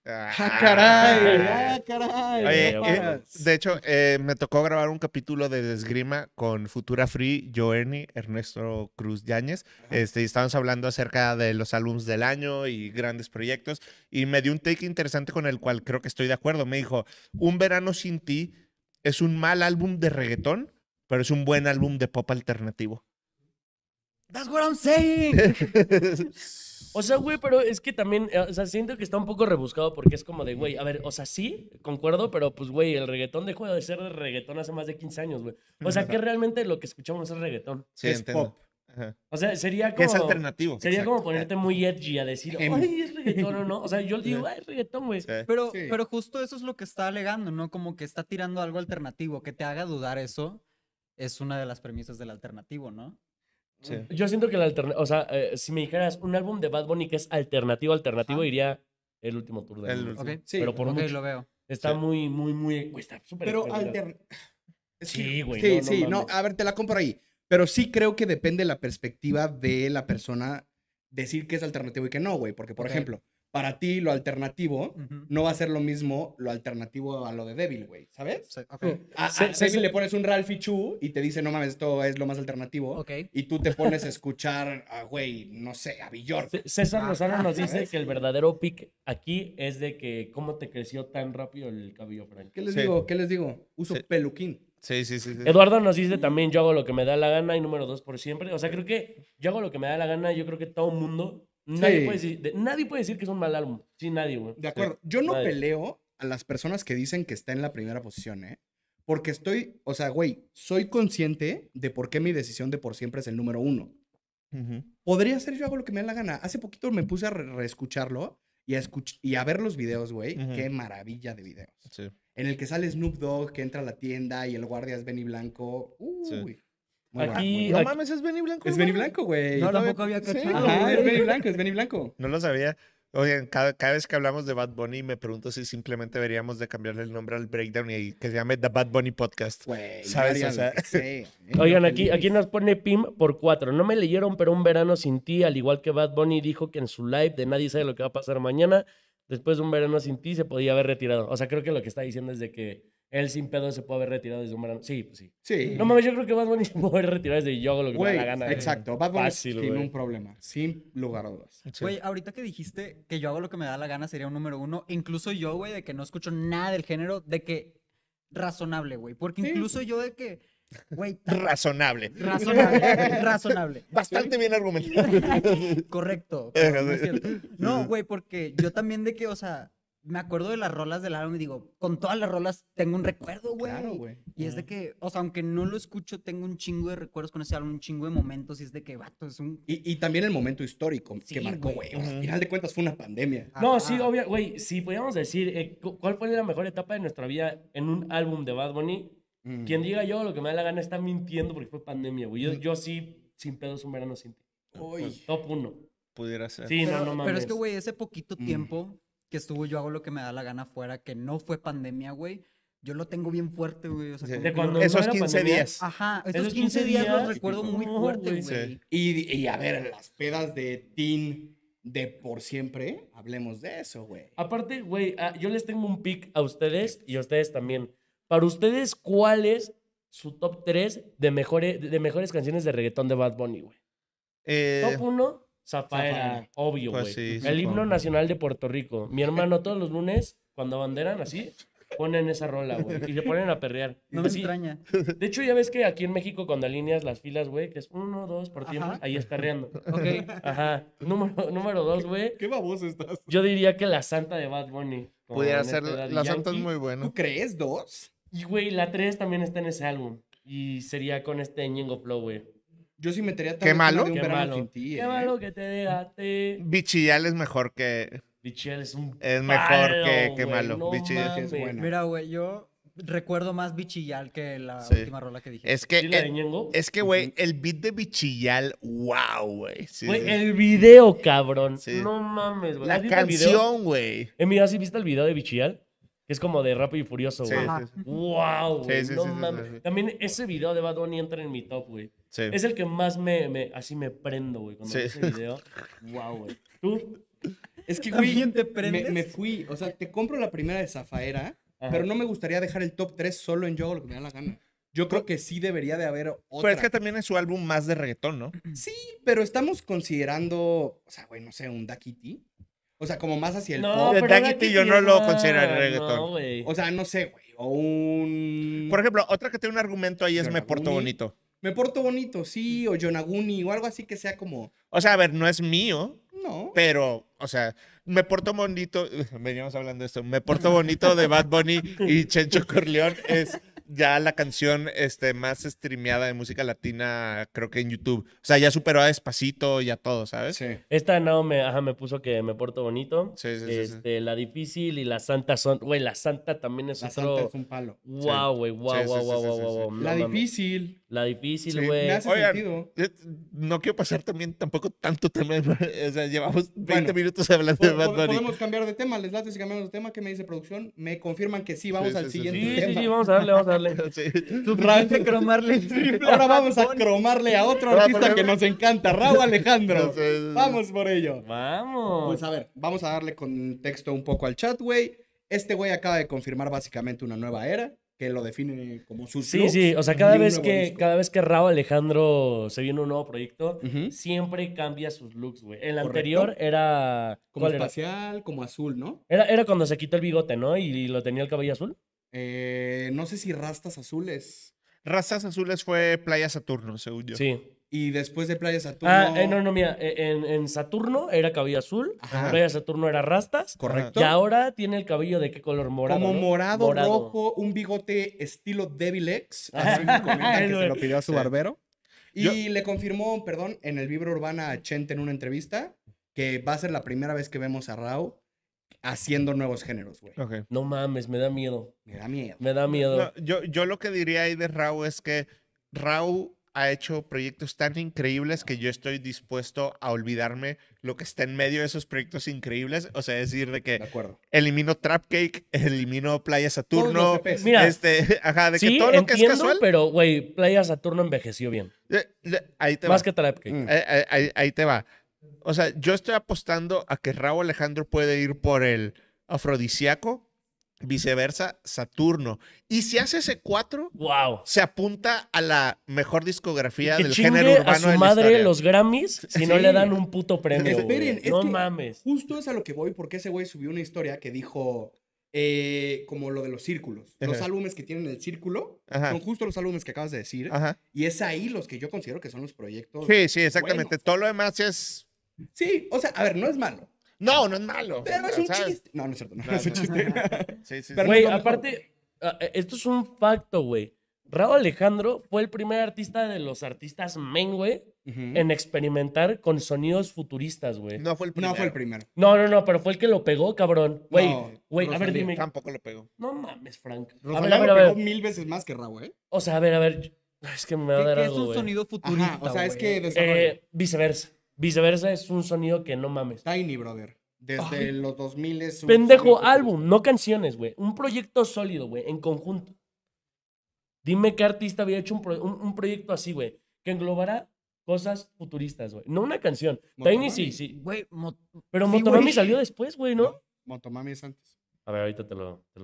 S1: ¡Ah, caray!
S2: Ah.
S1: ¡Ah, caray!
S3: Oye,
S2: ya
S1: No
S3: eh,
S1: paras.
S3: de hecho, eh, me tocó grabar un capítulo de Esgrima con Futura Free, Joerny, Ernesto Cruz Yáñez. Este, y estábamos hablando acerca de los álbums del año y grandes proyectos. Y me dio un take interesante con el cual creo que estoy de acuerdo. Me dijo, Un Verano Sin Ti es un mal álbum de reggaetón, pero es un buen álbum de pop alternativo.
S4: That's what I'm
S3: <laughs>
S4: saying.
S2: O sea, güey, pero es que también, eh, o sea, siento que está un poco rebuscado porque es como de, güey, a ver, o sea, sí, concuerdo, pero pues, güey, el reggaetón dejó de ser de reggaetón hace más de 15 años, güey. O sea, que realmente lo que escuchamos es reggaetón.
S3: <laughs> Sí,
S1: es
S3: entiendo.
S1: pop.
S3: Ajá.
S2: O sea, sería
S3: Que
S2: como...
S3: es alternativo.
S2: Sería
S3: exacto.
S2: como ponerte muy edgy a decir,
S1: Em.
S2: ay, es reggaetón o no. O sea,
S3: <laughs>
S2: yo digo, ay, es reggaetón, güey.
S3: Sí.
S4: Pero,
S1: Sí.
S4: pero justo eso es lo que está alegando, ¿no? Como que está tirando algo alternativo. Que te haga dudar eso es una de las premisas del alternativo, ¿no?
S3: Sí.
S2: Yo siento que la alternativa, o sea, eh, si me dijeras un álbum de Bad Bunny que es alternativo, alternativo,
S4: Ajá.
S2: diría el último tour de
S3: El
S2: Mundo.
S4: Ok,
S1: Sí,
S2: Pero por
S4: ok,
S2: mucho.
S4: lo veo.
S2: Está
S3: Sí.
S2: muy, muy, muy... güey, está súper...
S1: Pero
S2: espectacular.
S1: alter- Es que-
S2: Sí, güey,
S1: Sí,
S2: no, no
S1: sí, no,
S2: mames.
S1: a ver, te la compro ahí. Pero sí creo que depende la perspectiva de la persona decir que es alternativo y que no, güey. Porque, por
S4: Ok.
S1: ejemplo, para ti lo alternativo
S4: Ujú.
S1: no va a ser lo mismo lo alternativo a lo de débil, güey, ¿sabes?
S4: Sí, ok,
S1: A, a
S2: Sí, sí,
S1: Devil
S2: sí.
S1: le pones un Ralphie Chu y te dice, no mames, esto es lo más alternativo.
S4: ok.
S1: Y tú te pones a escuchar a, güey, no sé, a Bjork.
S2: C- César Lozano nos dice
S1: Ah, ¿sabes?
S2: que el verdadero pick aquí es de que cómo te creció tan rápido el cabello, Frank.
S1: ¿Qué les
S3: Sí.
S1: digo? ¿Qué les digo? Uso
S3: Sí.
S1: peluquín.
S3: Sí, sí, sí. sí.
S2: Eduardo nos dice también yo hago lo que me da la gana y número dos por siempre. O sea, creo que yo hago lo que me da la gana. Yo creo que todo mundo, nadie,
S1: Sí.
S2: puede decir, de- nadie puede decir que es un mal álbum. Sí, nadie, güey.
S1: De acuerdo. Yo no
S2: Vale.
S1: peleo a las personas que dicen que está en la primera posición, ¿eh? Porque estoy, o sea, güey, soy consciente de por qué mi decisión de por siempre es el número uno.
S3: Ujú.
S1: Podría ser yo hago lo que me da la gana. Hace poquito me puse a re- reescucharlo y a, escuch- y a ver los videos, güey.
S3: Ujú.
S1: Qué maravilla de videos.
S3: Sí.
S1: En el que sale Snoop Dogg, que entra a la tienda y el guardia es Benny Blanco.
S3: Sí.
S1: Uy. Muy bueno,
S2: Aquí-
S1: muy
S3: No
S1: bueno.
S2: aquí-
S3: mames, es Benny Blanco.
S1: Es
S3: güey.
S1: Benny Blanco, güey.
S4: No,
S3: lo
S4: tampoco
S3: había-
S4: había
S3: sí.
S4: cachado.
S1: Ajá,
S4: güey.
S1: es Benny Blanco, es Benny Blanco.
S3: No lo sabía. Oigan, cada, cada vez que hablamos de Bad Bunny me pregunto si simplemente deberíamos de cambiarle el nombre al breakdown y y que se llame The Bad Bunny Podcast.
S1: Güey,
S3: Sabes,
S1: Marian,
S3: o sea-
S1: que sea, ¿eh?
S2: Oigan,
S1: Yo
S2: aquí,
S1: feliz.
S2: aquí nos pone Pim por cuatro. No me leyeron, pero un verano sin ti, al igual que Bad Bunny dijo que en su live de nadie sabe lo que va a pasar mañana, después de un verano sin ti se podía haber retirado. O sea, creo que lo que está diciendo es de que él sin pedo se puede haber retirado desde un verano. Sí, pues sí.
S1: Sí.
S2: No mames, yo creo que Bad Bunny <laughs> se puede haber retirado desde yo hago lo que me
S1: Güey,
S2: da la gana. güey.
S1: exacto. Bad Bunny
S2: Fácil,
S1: tiene
S2: güey.
S1: un problema, sin lugar a dudas.
S3: Sí.
S4: Güey, ahorita que dijiste que yo hago lo que me da la gana sería un número uno, incluso yo, güey, de que no escucho nada del género, de que razonable, güey, porque
S1: Sí.
S4: incluso yo de que,
S1: <laughs>
S4: güey, ta-
S3: Razonable.
S4: razonable, razonable,
S3: Bastante bien argumentado. <laughs>
S4: correcto. pero no es cierto. No, güey, porque yo también de que, o sea, me acuerdo de las rolas del álbum y digo, con todas las rolas tengo un recuerdo, güey.
S1: Claro, güey.
S4: Y es de que, o sea, aunque no lo escucho, tengo un chingo de recuerdos con ese álbum, un chingo de momentos y es de que, vato, es un...
S1: Y, y también el momento histórico
S4: Sí,
S1: que marcó,
S4: güey.
S1: güey. O sea, Al final de cuentas fue una pandemia.
S2: No,
S4: Ajá.
S2: sí, obvio, güey, si podíamos decir eh, cu- cuál fue la mejor etapa de nuestra vida en un álbum de Bad Bunny,
S1: Mm.
S2: quien diga yo lo que me da la gana está mintiendo porque fue pandemia, güey. Yo, yo sí, sin pedos, un verano sin ti.
S1: Uy.
S2: Top uno.
S3: Pudiera ser.
S2: Sí,
S4: pero,
S2: no, no mames.
S4: pero es que, güey, ese poquito
S1: Mm.
S4: tiempo que estuvo yo hago lo que me da la gana fuera, que no fue pandemia, güey, yo lo tengo bien fuerte, güey. O sea,
S3: Sí.
S4: como
S2: De
S4: que
S2: cuando
S4: lo-
S3: Esos
S2: no era
S3: 15
S2: pandemia.
S3: días.
S4: Ajá, esos,
S2: esos
S4: 15,
S2: 15
S4: días,
S2: días,
S4: los recuerdo muy
S2: no,
S4: fuerte,
S2: güey.
S4: güey.
S3: Sí.
S1: Y, y a ver, las pedas de Teen de por siempre, hablemos de eso, güey.
S2: Aparte, güey, ah, yo les tengo un pick a ustedes y a ustedes también. Para ustedes, ¿cuál es su top 3 de mejores, de mejores canciones de reggaetón de Bad Bunny, güey?
S3: Eh,
S2: Top 1, Zafaera,
S1: Zafaera.
S2: obvio, güey.
S3: Pues sí,
S2: El himno
S3: supongo.
S2: nacional de Puerto Rico. Mi hermano todos los lunes, cuando abanderan así, ponen esa rola, güey, y se ponen a perrear.
S4: No me
S2: Sí.
S4: extraña.
S2: De hecho, ya ves que aquí en México, cuando alineas las filas, güey, que es uno, dos, por
S4: Ajá.
S2: tiempos, ahí es perreando.
S4: Ok.
S2: Ajá. Número, número dos, güey.
S1: ¿Qué baboso estás?
S2: Yo diría que la santa de Bad Bunny. con
S3: pudiera
S2: este
S3: ser.
S2: Daddy
S3: La Santa es
S2: Yankee.
S3: muy buena.
S1: ¿Tú crees dos?
S2: Y, güey, la 3 también está en ese álbum. Y sería con este Ñengo Flow, güey.
S1: Yo sí metería
S3: ¿Qué malo?
S1: Un
S2: Qué
S1: verano
S2: malo.
S1: sin ti,
S2: Qué
S1: ¿eh?
S2: malo que te dejaste.
S3: Bichillal es mejor que.
S2: Bichel es un.
S3: Es mejor
S2: palo,
S3: que- que
S2: güey,
S3: malo.
S2: no
S3: Bichel
S1: que es
S2: mames.
S1: buena.
S4: Mira, güey, yo recuerdo más Bichillal que la
S3: Sí.
S4: última rola que dije.
S3: Es que.
S2: ¿Sí, la de
S3: el-
S2: Ñengo?
S3: Eh, es que, güey, el beat de Bichillal, wow, güey. Sí,
S2: Güey,
S3: sí.
S2: el video, cabrón.
S3: Sí.
S2: No mames, güey. ¿Has
S3: La
S2: visto el video?
S3: canción, güey.
S2: Eh, mira, ¿sí viste el video de Bichillal? Que es como de Rápido y Furioso,
S3: Sí,
S2: güey.
S4: Ajá.
S3: sí, sí.
S2: ¡Wow!
S3: Sí,
S2: güey,
S3: sí,
S2: no
S3: sí, sí,
S2: mames.
S3: sí.
S2: También ese video de Bad Bunny entra en mi top, güey.
S3: Sí.
S2: Es el que más me, me- así me prendo, güey, cuando
S3: Sí.
S2: veo ese
S3: <laughs>
S2: video. Wow, güey. Tú,
S1: Es que, güey,
S4: ¿También te
S1: me,
S4: prendes?
S1: me fui. O sea, te compro la primera de Zafaera,
S2: Ajá.
S1: pero no me gustaría dejar el top 3 solo en yo hago lo que me da la gana. Yo creo que sí debería de haber otra.
S3: Pero Pues es que también es su álbum más de reggaetón, ¿no?
S1: Sí, pero estamos considerando, o sea, güey, no sé, un Dakiti. O sea, como más hacia el
S2: no,
S1: pop.
S3: El
S2: pero
S3: Daquiti
S2: Daquiti
S3: yo no lo
S2: no,
S3: consideraría
S2: no,
S3: reggaetón.
S2: güey.
S1: O sea, no sé, güey. O un.
S3: Por ejemplo, otra que tiene un argumento ahí es Me
S1: Yonaguni.
S3: Porto Bonito.
S1: Me porto bonito, sí, o Yonaguni, o algo así que sea como.
S3: O sea, a ver, no es mío,
S1: No.
S3: pero, o sea, Me Porto Bonito, <laughs> veníamos hablando de esto, Me Porto Bonito de Bad Bunny
S1: <laughs>
S3: y Chencho Corleón es ya la canción este, más streameada de música latina, creo que en YouTube. O sea, ya superó a Despacito y a todo, ¿sabes?
S1: Sí.
S2: Esta no me, ajá, me puso que me porto bonito.
S3: Sí, sí, sí, sí.
S2: este, La difícil y la santa son. Güey, la santa también es
S1: La
S2: otro.
S1: santa es un palo.
S2: Wow, güey, wow,
S3: Sí, sí,
S2: wow,
S3: sí,
S2: wow,
S3: sí,
S2: wow,
S3: sí,
S2: wow,
S3: sí.
S2: wow, no
S1: la
S2: mames.
S1: difícil.
S2: La
S3: Sí,
S2: difícil,
S1: Me
S2: güey.
S1: hace
S3: Oigan,
S1: sentido.
S3: Eh, No quiero pasar también tampoco tanto tema. <laughs> de- O sea, llevamos 20
S1: Bueno.
S3: minutos hablando <laughs> de
S1: Po-
S3: Bad
S1: po-
S3: Bunny.
S1: Podemos cambiar de tema, les late si cambiamos de tema. ¿Qué me dice producción? Me confirman que sí, vamos
S3: Sí,
S1: al
S3: sí, sí,
S1: siguiente
S2: Sí, sí,
S1: tema.
S2: sí, vamos a darle, vamos a
S3: <laughs>
S2: darle.
S3: <laughs> Sí.
S4: <laughs> Suficiente
S2: <laughs>
S4: cromarle el triple
S1: Ahora vamos a
S4: Bad Bunny.
S1: cromarle a otro
S3: Ahora
S1: artista
S3: ponemos-
S1: que nos encanta,
S3: <laughs>
S1: Raúl Alejandro.
S3: Sí, sí, sí.
S1: Vamos por ello.
S2: Vamos.
S1: Pues a ver, vamos a darle contexto un poco al chat, güey. Este güey acaba de confirmar básicamente una nueva era que lo define como su
S2: Sí,
S1: flux
S2: sí, o sea, cada
S1: y un
S2: vez
S1: nuevo
S2: que
S1: disco.
S2: cada vez que Rao Alejandro se viene un nuevo proyecto,
S1: Ujú.
S2: siempre cambia sus looks, güey. El
S1: Correcto.
S2: anterior era
S1: Como
S2: ¿cuál era?
S1: espacial, como azul, ¿no?
S2: Era era cuando se quitó el bigote, ¿no? Y, lo tenía el cabello azul.
S1: Eh, no sé si rastas azules.
S3: Razas Azules fue Playa Saturno, según yo.
S2: Sí.
S1: Y después de Playa Saturno.
S2: Ah, eh, no, no, mira, eh, en, en Saturno era cabello azul,
S1: Ajá.
S2: Playa Saturno era rastas,
S1: Correcto.
S2: y ahora tiene el cabello de qué color morado.
S1: como
S2: ¿no?
S1: morado, rojo, un bigote estilo Devil
S3: <laughs>
S1: X. Así me comentan que se lo pidió a su
S3: Sí.
S1: barbero. Y
S3: Yo-
S1: le confirmó, perdón, en el Vibra Urbana a Chente en una entrevista que va a ser la primera vez que vemos a Rao haciendo nuevos géneros, güey.
S3: Ok.
S2: No mames, me da miedo,
S1: Me da miedo.
S2: me da miedo.
S3: No, yo, yo lo que diría ahí de Rau es que Rau ha hecho proyectos tan increíbles que yo estoy dispuesto a olvidarme lo que está en medio de esos proyectos increíbles. O sea, decir de
S1: De
S3: que
S1: acuerdo.
S3: elimino Trap Cake, <laughs> elimino Playa
S1: Todos
S3: Saturno,
S1: los EPs.
S2: E Mira,
S3: este, <laughs> ajá, de que
S2: Sí,
S3: todo lo que es
S2: entiendo,
S3: casual,
S2: pero, güey, Playa Saturno envejeció bien.
S3: eh, le- ahí te va.
S2: Más que Trap Cake.
S1: Mm.
S3: Eh, eh, ahí, ahí te va. O sea, yo estoy apostando a que Raúl Alejandro puede ir por el afrodisíaco, viceversa, Saturno. Y si hace ese cuatro,
S2: Wow.
S3: se apunta a la mejor discografía
S2: Que
S3: del género
S2: chingue
S3: urbano
S2: a su
S3: de la
S2: madre
S3: historia.
S2: los Grammys si no
S1: Sí.
S2: le dan un puto premio. güey.
S1: Esperen, es
S2: no
S1: que-
S2: mames.
S1: Justo es a lo que voy, porque ese güey subió una historia que dijo eh, como lo de los círculos. Los
S3: Ajá.
S1: álbumes que tienen el círculo
S3: Ajá.
S1: son justo los álbumes que acabas de decir.
S3: Ajá.
S1: Y es ahí los que yo considero que son los proyectos.
S3: Sí, sí, exactamente.
S1: buenos.
S3: Todo lo demás es.
S1: Sí, o sea, a ver, no es malo.
S3: No, no es malo.
S1: Pero es un
S3: ¿sabes?
S1: chiste. No, no es cierto, no,
S3: No,
S1: no es un
S3: no.
S1: chiste.
S4: <laughs>
S3: Sí, sí, sí.
S1: Pero-
S2: Güey,
S1: no, no.
S2: aparte, ah, eh, esto es un facto, güey. Raúl Alejandro fue el primer artista de los artistas men, güey,
S1: Ujú.
S2: en experimentar con sonidos futuristas, güey. No.
S3: no fue el primero.
S1: No fue el primero.
S2: no, no, pero fue el que lo pegó, cabrón. Güey,
S1: No,
S2: güey, a ver,
S1: Rosalía.
S2: dime.
S3: Tampoco lo pegó.
S2: No mames, Frank. A ver,
S1: Rosalía
S2: a ver,
S1: lo
S2: a
S1: pegó
S2: ver.
S1: mil veces más que Raúl, ¿eh?
S2: O sea, a ver, a ver. Es que me va a
S4: Que-
S2: dar
S4: que es
S2: algo,
S4: un
S2: güey.
S4: sonido futurista.
S1: Ajá, o sea, es
S4: güey.
S1: que desarrolla.
S2: Eh, viceversa. Viceversa es un sonido que no mames.
S1: Tiny Brother. Desde
S2: Ay.
S1: los 2000 es un
S2: Pendejo
S1: sonido
S2: álbum, no canciones, güey. Un proyecto sólido, güey, en conjunto. Dime qué artista había hecho un, pro- un- un proyecto así, güey, que englobara cosas futuristas, güey. No una canción. Tiny
S1: Motomami.
S2: sí, sí.
S4: Güey, mo-
S2: Pero
S4: Sí,
S2: Motomami
S4: güey.
S2: salió después, güey, ¿no?
S1: Motomami es antes.
S2: A ver, ahorita te lo... Te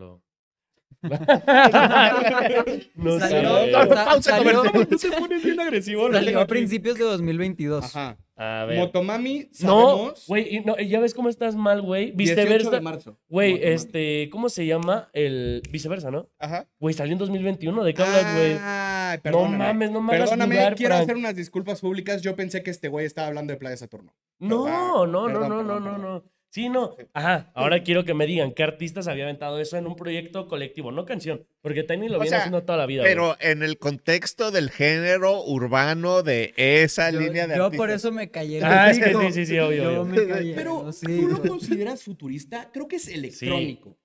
S1: <laughs>
S2: lo...
S4: Salió-
S2: no
S4: salió-
S2: sé.
S3: no, no, pausa
S4: <laughs> salió-
S3: comercial.
S1: Se pone bien agresivo. la
S4: salió
S1: neta.
S4: a principios de 2022.
S1: Ajá.
S2: A ver.
S1: Motomami,
S2: No,
S1: sabemos.
S2: güey, y no, ya ves cómo estás mal, güey.
S1: 18 de
S2: Viceversa.
S1: marzo.
S2: Güey,
S1: Motomami.
S2: este, ¿cómo se llama? El viceversa, ¿no?
S3: Ajá.
S2: Güey, salió en 2021, ¿de qué hablas, güey?
S1: Ay,
S2: no
S1: Ah, perdóname.
S2: mames, no me hagas
S1: Perdóname,
S2: dudar,
S1: quiero
S2: Frank.
S1: hacer unas disculpas públicas. Yo pensé que este güey estaba hablando de Playa Saturno.
S2: No,
S1: Perdón,
S2: no, no,
S1: Ah, perdón,
S2: no, no,
S1: perdón,
S2: no,
S1: perdón.
S2: no. Sí, no. Ajá, ahora quiero que me digan qué artistas había aventado eso en un proyecto colectivo, no canción, porque Tiny lo
S3: O
S2: viene
S3: sea,
S2: haciendo toda la vida. güey.
S3: Pero en el contexto del género urbano de esa
S4: Yo,
S3: línea de
S4: yo
S3: artistas.
S4: por eso me callé.
S2: Ah, es que
S4: hocico.
S2: sí, sí, sí, obvio,
S4: Yo
S2: obvio.
S4: me callé.
S1: Pero,
S4: no, sí,
S1: ¿tú lo
S4: güey.
S1: consideras futurista? Creo que es electrónico.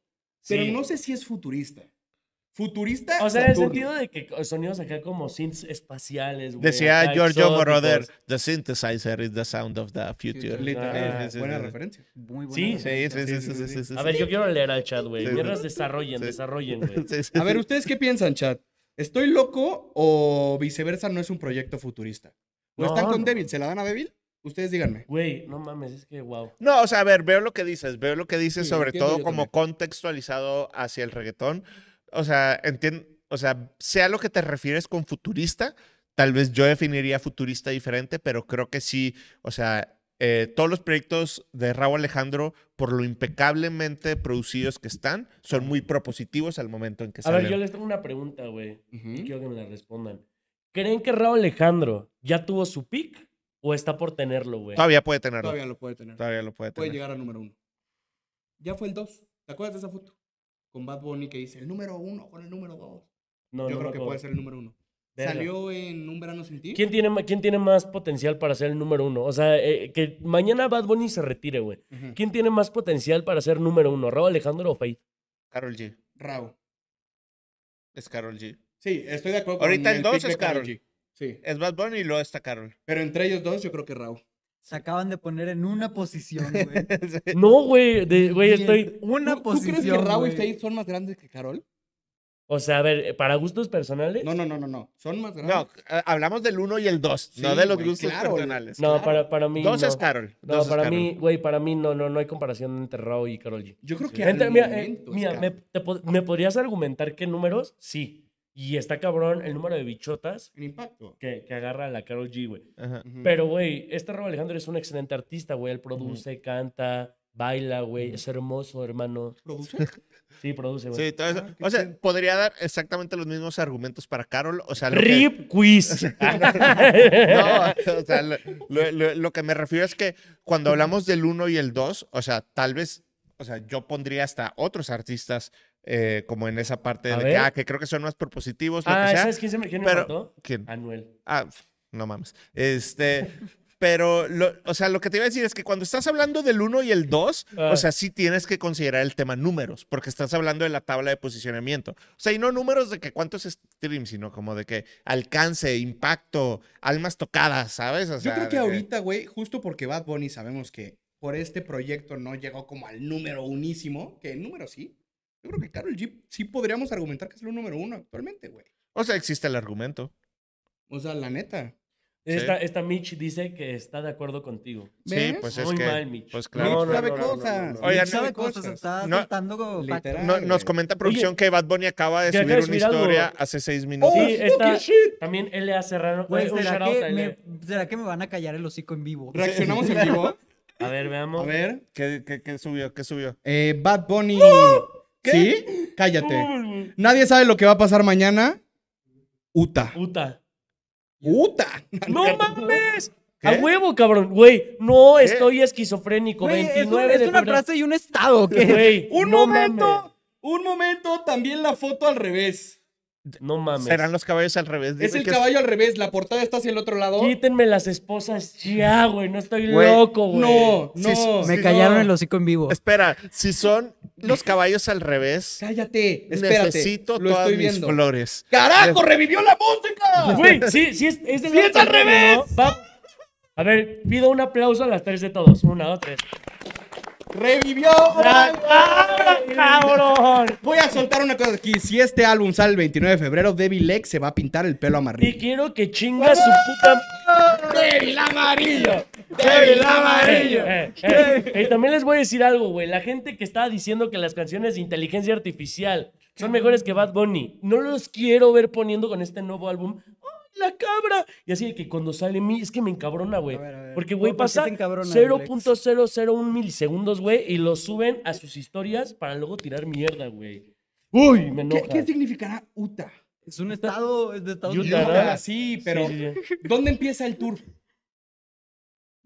S1: Pero
S2: Sí.
S1: no sé si es futurista. Futurista.
S2: O sea, en el
S1: Saturno.
S2: sentido de que sonidos acá como synths espaciales, güey.
S3: Decía
S2: acá
S3: Giorgio
S2: exóticos.
S3: Moroder, the synthesizer is the sound of the future.
S1: Literal,
S2: Ah,
S3: Sí, sí,
S1: buena
S3: sí, sí.
S1: referencia.
S4: Muy buena
S2: Sí,
S4: referencia.
S3: Sí, sí,
S1: Sí,
S3: sí, sí,
S1: sí,
S3: sí,
S1: sí.
S3: sí,
S2: A
S3: sí.
S2: ver, yo quiero leer al chat, güey.
S3: Sí, sí.
S2: Mierdas, desarrollen,
S3: Sí.
S2: desarrollen,
S3: <laughs>
S2: güey.
S3: Sí, sí,
S1: A ver, ¿ustedes qué piensan, chat? ¿Estoy loco o viceversa no es un proyecto futurista? ¿O
S2: No,
S1: están con
S2: no.
S1: Devil? ¿Se la dan a Devil? Ustedes díganme.
S2: Güey, no mames, es que wow.
S3: No, o sea, a ver, veo lo que dices, veo lo que dices,
S1: Sí, lo
S3: sobre
S1: entiendo
S3: todo
S1: yo
S3: como contextualizado hacia el reggaetón. O sea, entiendo, o sea, sea lo que te refieres con futurista, tal vez yo definiría futurista diferente, pero creo que sí, o sea, eh, todos los proyectos de Raúl Alejandro, por lo impecablemente producidos que están, son muy propositivos al momento en que
S2: A ver,
S3: salen.
S2: yo les tengo una pregunta, güey.
S1: Ujú.
S2: Quiero que me la respondan. ¿Creen que Raúl Alejandro ya tuvo su pick o está por tenerlo, güey?
S3: Todavía puede tenerlo. Todavía,
S1: Todavía lo puede tener.
S3: lo puede
S1: Puede
S3: tener.
S1: llegar a número uno. Ya fue el dos. ¿Te acuerdas de esa foto? Con Bad Bunny que dice el número uno con el número dos.
S2: No,
S1: Yo
S2: no
S1: creo
S2: me
S1: que
S2: acuerdo.
S1: puede ser el número uno.
S2: Verga.
S1: Salió en Un Verano Sin Ti.
S2: ¿Quién tiene, ma- ¿Quién tiene más potencial para ser el número uno? O sea, eh, que mañana Bad Bunny se retire, güey.
S1: Ujú.
S2: ¿Quién tiene más potencial para ser número uno? ¿Raúl Alejandro o Faith?
S3: Carol G.
S1: Rao.
S3: Es Carol G.
S1: Sí, estoy de acuerdo
S3: Ahorita el dos
S1: pick de
S3: es
S1: Karol
S3: Karol.
S1: G. Sí.
S3: Es Bad Bunny y luego está Carol.
S1: Pero entre ellos dos, yo creo que Rao.
S4: Se acaban de poner en una posición, güey.
S2: No, güey. de- <laughs> Güey,
S4: Y en
S2: estoy.
S4: Una
S1: ¿Tú, tú
S4: posición.
S1: crees que Rao y
S4: güey.
S1: Faith son más grandes que Carol?
S2: O sea, a ver, eh, para gustos personales.
S1: No, no, no, no, no. Son más grandes.
S3: No, eh, hablamos del uno y el dos, no
S1: Sí,
S3: de los
S1: güey,
S3: gustos
S1: claro.
S3: personales.
S2: No,
S1: claro.
S2: para, para mí.
S3: Dos
S2: no.
S3: es Carol.
S2: No,
S3: dos es
S2: para
S3: Karol.
S2: mí, güey, para mí no, no, no hay comparación entre Raúl y Carol G.
S1: Yo creo que.
S2: Gente,
S1: al
S2: mira, eh,
S1: momento es
S2: mira, me,
S1: Karol.
S2: te pod- ¿me podrías argumentar qué números? Sí. Y está cabrón el número de bichotas
S1: En impacto.
S2: que, que agarra la Carol G, güey.
S3: Ajá.
S1: Ujú. <laughs>
S2: Pero, güey, este Raúl Alejandro es un excelente artista,
S3: Mm.
S2: güey. Él produce, canta, baila, güey. Es hermoso, hermano.
S1: ¿Produce?
S2: Sí, produce,
S3: Sí,
S2: güey.
S3: entonces,
S1: Ah, qué
S3: o sea,
S1: chido.
S3: podría dar exactamente los mismos argumentos para Carol. O sea, lo que-
S2: Rip quiz.
S3: <laughs>
S2: <laughs>
S3: No, o sea, lo, lo- lo- lo que me refiero es que cuando hablamos del 1 y el 2, o sea, tal vez, o sea, yo pondría hasta otros artistas eh, como en esa parte
S2: A
S3: de
S2: ver.
S3: que, ah, que creo que son más propositivos, lo
S2: ah,
S3: que sea.
S2: ¿sabes quién se me, quién me
S3: pero-
S2: mató?
S3: ¿Quién?
S2: Anuel.
S3: Ah, pf, no mames. Este, Pero, lo- o sea, lo que te iba a decir es que cuando estás hablando del 1 y el 2,
S2: Ah.
S3: o sea, sí tienes que considerar el tema números, porque estás hablando de la tabla de posicionamiento. O sea, y no números de que cuántos streams, sino como de que alcance, impacto, almas tocadas, ¿sabes? O
S1: Yo
S3: sea, eh,
S1: creo que
S3: de
S1: ahorita, güey, justo porque Bad Bunny sabemos que por este proyecto no llegó como al número unísimo, que el número sí. Yo creo que Carol G sí podríamos argumentar que es el número uno actualmente, güey.
S3: O sea, existe el argumento.
S1: O sea, la neta.
S3: Sí.
S2: Esta, esta Mitch dice que está de acuerdo contigo.
S1: ¿Ves?
S3: Sí, pues es
S2: Muy
S3: que.
S2: mal, Mitch.
S3: Pues
S1: Mitch
S3: claro.
S2: No, no,
S1: sabe
S2: no, no, no,
S1: cosas.
S2: no,
S3: no. Oye,
S1: Mitch
S4: Mitch sabe
S1: sabe
S4: cosas, está
S3: No,
S4: soltando como factos.
S1: literal.
S3: No- nos comenta producción que Bad Bunny acaba de
S2: que
S3: subir
S2: acaba de
S3: una
S2: subir algo.
S3: historia hace seis minutos.
S2: Sí, está-
S1: Oh, fucking shit.
S2: También L.A. Serrano.
S4: Güey,
S2: eh, un
S4: Pues, ¿será,
S2: shout-out a
S4: que
S2: L.A..
S4: me, será que me van a callar el hocico en vivo?
S1: Reaccionamos en vivo.
S2: A ver, veamos.
S1: A ver.
S3: ¿Qué, qué- qué subió? ¿Qué subió?
S1: Eh, Bad Bunny. ¿Sí? Cállate.
S2: Uy, güey.
S1: Nadie sabe lo que va a pasar mañana. Uta.
S4: <laughs>
S2: Puta.
S1: Uta.
S2: ¡No mames!
S3: ¿Qué?
S2: ¡A huevo, cabrón! Güey, no
S3: ¿Qué?
S2: estoy esquizofrénico.
S4: Güey, es, un-
S2: 29
S4: es
S2: de
S4: una
S2: febrero.
S4: frase y un estado. que <laughs>
S2: Güey,
S1: Un
S2: no
S1: momento.
S2: mames.
S1: Un momento. También la foto al revés.
S2: No mames.
S3: Serán los caballos al revés.
S1: Es
S3: Pues Dime
S1: el
S3: que
S1: caballo al revés. La portada está hacia el otro lado.
S2: Quítenme las esposas ya, güey. No estoy
S3: Güey,
S2: loco, güey.
S1: No,
S3: Sí,
S1: no.
S3: sí,
S4: Me
S3: no.
S4: callaron el hocico en vivo.
S3: Espera, si son los caballos al revés,
S1: Cállate. Espérate.
S3: necesito
S1: lo
S3: todas
S1: estoy
S3: mis
S1: viendo.
S3: flores.
S1: ¡Carajo! ¡Revivió la música!
S2: Güey, sí, sí, es, es del
S1: ¡Sí,
S2: lado
S1: es al
S2: contrario,
S1: revés!
S2: ¿no? Va- A ver, pido un aplauso a las tres de todos. Una, dos, tres.
S1: ¡Revivió!
S2: ¡La cabra, cabrón!
S1: Voy a soltar una cosa aquí. Si este álbum sale el 29 de febrero, Debbie Lex se va a pintar el pelo
S2: Y
S1: amarillo.
S2: quiero que chinga su puta.
S1: ¡Débil amarillo!
S2: Eh, eh, eh, también les voy a decir algo, güey. La gente que estaba diciendo que las canciones de inteligencia artificial son mejores que Bad Bunny, no los quiero ver poniendo con este nuevo álbum. ¡Oh, la cabra! Y así de que cuando sale mi, es que me encabrona, güey.
S4: A ver, a ver.
S2: Porque, güey,
S4: ¿Por- por qué
S2: pasa
S4: te encabrona,
S2: 0.001 milisegundos, güey, y lo suben a sus historias para luego tirar mierda, güey. Uy, me
S1: ¿Qué,
S2: enoja.
S1: qué significará Utah?
S4: Es un estado es de Estados
S2: Utah,
S4: Unidos.
S2: ¿verdad?
S1: Utah, sí, pero
S2: Ah, Sí, sí, sí.
S1: ¿dónde empieza el tour?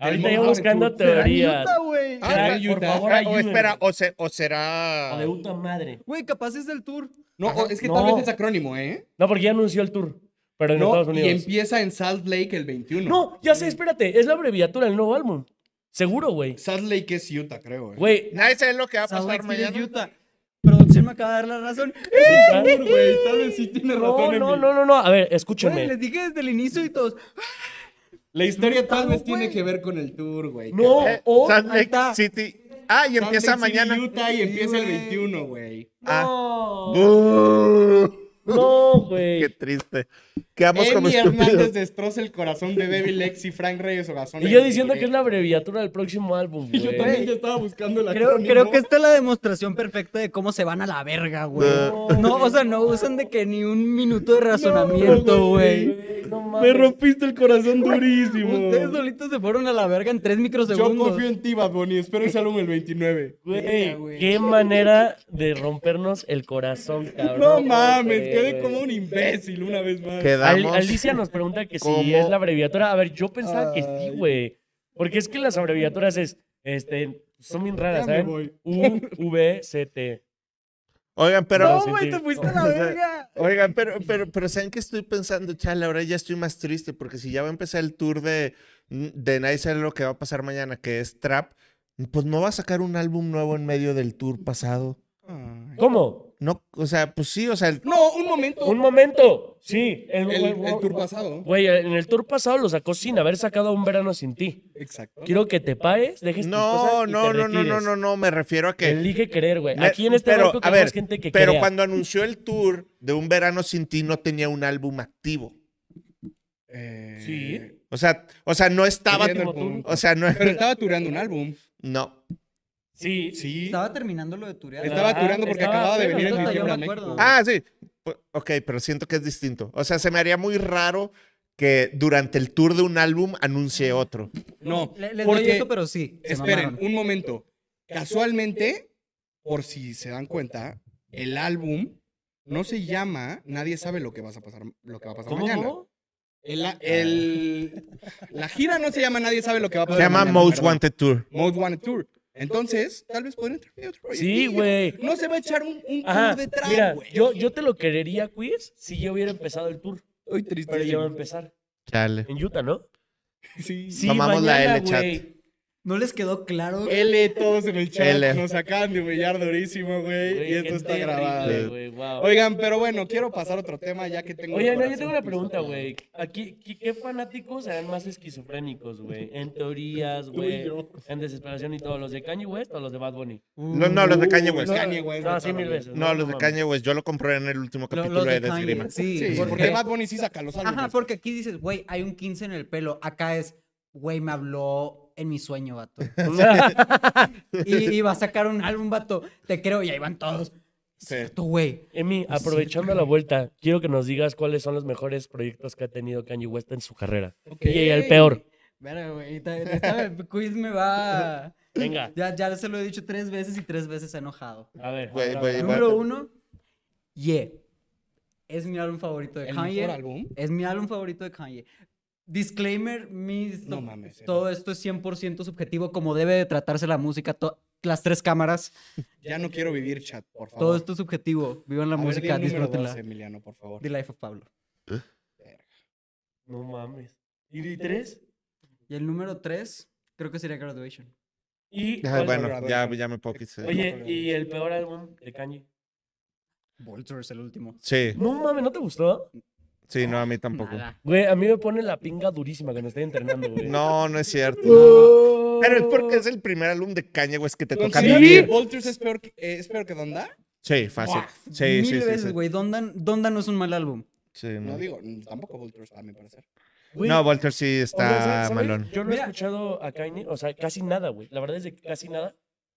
S2: Ahorita
S1: Del
S2: ya
S1: Mojave
S2: buscando
S1: Tour.
S4: Será en
S2: teorías.
S4: Utah, güey.
S1: Ah,
S2: Crack,
S1: en
S2: por
S1: Utah.
S2: favor,
S3: Ah, o
S2: ayúdenme.
S3: espera, o, se- o será.
S2: O de puta madre.
S4: Güey, capaz es del tour.
S1: No,
S3: Ajá.
S1: es que
S2: No.
S1: tal vez es acrónimo, ¿eh?
S2: No, porque ya anunció el tour. Pero en Estados
S1: No, y
S2: Unidos.
S1: empieza en Salt Lake el 21.
S2: No, ya sé, espérate. Es la abreviatura del nuevo álbum. Seguro, güey.
S1: Salt Lake es Utah, creo. ¿eh?
S2: Güey.
S3: Nadie sabe lo que va a
S4: Salt
S3: pasar
S4: Lake City es
S3: mañana.
S4: Utah. Producción me acaba de dar la razón.
S1: ¡Eh!
S2: ¿verdad?
S1: Güey, tal vez sí tiene
S2: ¿eh? No,
S1: en
S2: no,
S1: mí.
S2: no, no, no. A ver,
S4: Güey, les
S2: escúchenme.
S4: dije desde el inicio y todos.
S1: La historia tal vez
S4: Utah, güey.
S1: tiene que ver con el tour, güey.
S2: No, oh,
S3: Eh,
S2: o.
S3: Salt
S4: Oh, ahí
S3: Lake
S4: está.
S3: City. Ah, y
S1: Salt
S3: empieza
S1: Lake City,
S3: mañana.
S1: Utah y empieza el
S4: güey.
S1: 21, güey.
S3: ah.
S2: No,
S3: Buh.
S2: no, güey.
S3: Qué triste. Quedamos como
S1: Emi
S3: estúpidos.
S1: Hernández destroza el corazón de Debbie Lex y Frank Reyes Ogazón.
S2: Y yo diciendo que es la abreviatura del próximo álbum,
S1: Yo
S2: güey.
S1: también ya estaba buscando la
S4: Creo, creo que esta es la demostración perfecta de cómo se van a la verga, güey.
S1: Eh.
S2: No,
S4: No, o sea, no usan de que ni un minuto de razonamiento, güey.
S2: No
S1: Me
S2: mames.
S1: rompiste el
S2: <laughs>
S1: corazón durísimo.
S4: Ustedes solitos se fueron a la verga en tres
S1: Yo
S4: microsegundos.
S1: confío en ti, Bad Bunny. Espero ese álbum el 29.
S2: Güey, qué manera de rompernos el corazón, cabrón.
S1: No mames,
S2: güey.
S1: quedé como un imbécil una vez más.
S2: Al-
S3: Quedamos.
S2: Alicia nos pregunta que si
S3: ¿Cómo?
S2: es la abreviatura. A ver, yo pensaba que sí,
S1: Ay.
S2: güey. Porque es que las abreviaturas es, este, son bien raras,
S1: Ya me
S2: ¿saben?
S1: voy.
S2: U,
S3: <laughs>
S2: V, C, T.
S3: Oigan, pero.
S4: No,
S2: sí,
S4: güey,
S2: sí.
S4: te fuiste a la verga.
S3: Oigan, pero, pero, pero ¿saben qué estoy pensando? Chale, ahora ya estoy más triste porque si ya va a empezar el tour de, de Nadie sabe lo que va a pasar mañana, que es Trap, pues no va a sacar un álbum nuevo en medio del tour pasado.
S1: Ay.
S2: ¿Cómo?
S3: No, o sea, pues sí, o sea, el-
S1: No, un momento.
S2: Un momento. Sí, el,
S1: El, el tour pasado.
S2: Güey, en el tour pasado lo sacó sin haber sacado un verano sin ti.
S1: Exacto.
S2: Quiero que te pares, dejes tus
S3: no,
S2: cosas y
S3: no,
S2: te
S3: no, no, no,
S2: retires.
S3: no, no, me refiero a que...
S2: Elige querer, güey.
S3: me-
S2: Aquí en este
S3: pero,
S2: barco
S3: a
S2: tenemos
S3: ver,
S2: gente que
S3: Pero
S2: crea.
S3: cuando anunció el tour de Un Verano Sin Ti no tenía un álbum activo.
S1: Eh,
S2: Sí.
S3: O sea, o sea, no estaba...
S1: Entiendo el
S2: como tú.
S1: punto.
S3: O sea, no...
S1: Pero estaba turando un álbum.
S3: No.
S2: Sí.
S1: Sí.
S4: Estaba terminando lo de Turear.
S1: Estaba
S2: Ajá,
S1: turando porque
S2: Ah, estaba-
S1: acababa de
S2: bueno,
S1: venir en
S2: yo me
S1: diciembre a
S4: acuerdo.
S1: México.
S3: Ah, sí. Pu- Ok, pero siento que es distinto. O sea, se me haría muy raro que durante el tour de un álbum anuncie otro.
S1: no.
S4: Le- les doy
S1: porque-
S4: esto, pero sí. se
S1: Esperen,
S4: mamaron.
S1: un momento. Casualmente, por si se dan cuenta, el álbum no se llama Nadie sabe lo que vas a pasar, lo que va a pasar
S2: ¿Cómo?
S1: mañana.
S2: cómo?
S1: El, el- la gira no se llama Nadie sabe lo que va a
S3: Se
S1: pasar.
S3: llama
S1: mañana,
S3: Most
S1: perdón.
S3: Wanted Tour.
S1: Most Wanted Tour. Entonces, tal vez pueden entrar en otro
S2: Sí,
S1: proyectillo.
S2: güey.
S1: No se va a echar un, un
S2: Ajá,
S1: tour de trap,
S2: mira,
S1: güey.
S2: yo, yo te lo querería, quiz, si yo hubiera empezado el tour.
S1: Ay, triste.
S2: Pero ya va a empezar.
S3: Chale.
S2: En Utah, ¿no?
S1: Sí.
S2: Sí,
S3: Tomamos la
S2: mañana,
S3: L, chat.
S2: güey.
S4: ¿No les quedó claro?
S1: L todos en el chat.
S3: L.
S1: Nos acaban de humillar durísimo, güey.
S2: Güey,
S1: Y esto
S2: qué
S1: está
S2: terrible,
S1: grabado.
S3: Sí.
S2: güey, wow.
S1: Oigan, pero bueno, quiero pasar a otro tema ya que tengo. el
S2: Oye, no, yo
S1: corazón
S2: tengo una
S1: pisoteado.
S2: pregunta, güey. Aquí, ¿qué, qué fanáticos serán más esquizofrénicos, güey? En teorías, güey.
S1: yo.
S2: En desesperación y todo. ¿Los de Kanye West o los de Bad Bunny?
S3: No, no, los de Kanye
S1: Pues
S3: West.
S2: No,
S1: Kanye West,
S2: No,
S1: de
S2: sí,
S1: toda
S2: mil
S1: la vida.
S2: veces.
S3: No, los de
S2: mames.
S3: Kanye West, yo lo compré en el último
S4: Lo-
S3: capítulo
S4: los
S3: de,
S4: de Kanye,
S3: Desgrima.
S4: Sí,
S1: Sí,
S4: porque-
S1: porque Bad Bunny sí saca los álbumes.
S4: Ajá, porque aquí dices, güey, hay un 15 en el pelo. Acá es, güey, me habló en mi
S1: <laughs>
S4: sueño, vato. y, y va a sacar un álbum, vato. Te creo, y ahí van todos.
S3: Sí.
S4: Tú, güey.
S2: Emi, aprovechando la vuelta, quiero que nos digas cuáles son los mejores proyectos que ha tenido Kanye West en su carrera. Y el peor.
S4: Verga, güey. ta- ta- Esta <laughs> quiz me va.
S2: Venga,
S4: Ya, ya se lo he dicho tres veces y tres veces enojado.
S2: a ver. a
S3: Güey,
S2: ver, a
S3: güey,
S2: ver.
S3: güey.
S4: Número uno, Yeah. Es mi álbum favorito de
S1: ¿El
S4: Kanye.
S1: mejor álbum?
S4: Es mi álbum favorito de Kanye. Disclaimer, mis,
S1: No
S4: to-
S1: mames,
S4: todo esto es 100% subjetivo, como debe de tratarse la música, to- las tres cámaras,
S1: Ya no quiero vivir, chat, por favor.
S4: todo esto es subjetivo. Vivan la
S1: A ver, di
S4: música,
S1: el número
S4: disfrútenla.
S1: 12, Emiliano, por favor.
S4: The Life of Pablo.
S2: No mames. ¿Y tres?
S4: Y el número tres, creo que sería Graduation.
S2: Y.
S3: Ah,
S2: ¿cuál-
S3: bueno,
S1: Colorado,
S3: ya,
S1: güey.
S3: ya me puedo quitar.
S2: Oye, ¿y el peor álbum de Kanye?
S4: Vulture es el último.
S3: Sí,
S2: No mames, ¿no te gustó?
S3: sí, no, a mí tampoco.
S4: Nada.
S2: Güey, a mí me pone la pinga durísima cuando estoy entrenando, güey.
S3: No, no es cierto.
S2: No.
S3: Pero es porque es el primer álbum de Kanye West que te toca
S1: Pues ¿Sí?
S3: vivir.
S1: ¿Volters es peor que, eh, es peor que Donda?
S3: Ah, Sí, fácil.
S4: Buah,
S3: Sí,
S4: Mil
S3: sí, sí,
S4: veces,
S3: sí.
S4: güey. Donda, Donda no es un mal álbum.
S3: Sí,
S1: No
S3: no.
S1: digo, mm, tampoco Volters, a mi parecer.
S2: Güey,
S3: No, Walter sí
S2: o sea,
S3: está
S2: ¿sabes?
S3: malón.
S2: Yo no he
S4: Mira.
S2: escuchado a Kanye, o sea, casi nada, güey. La verdad es de que casi nada.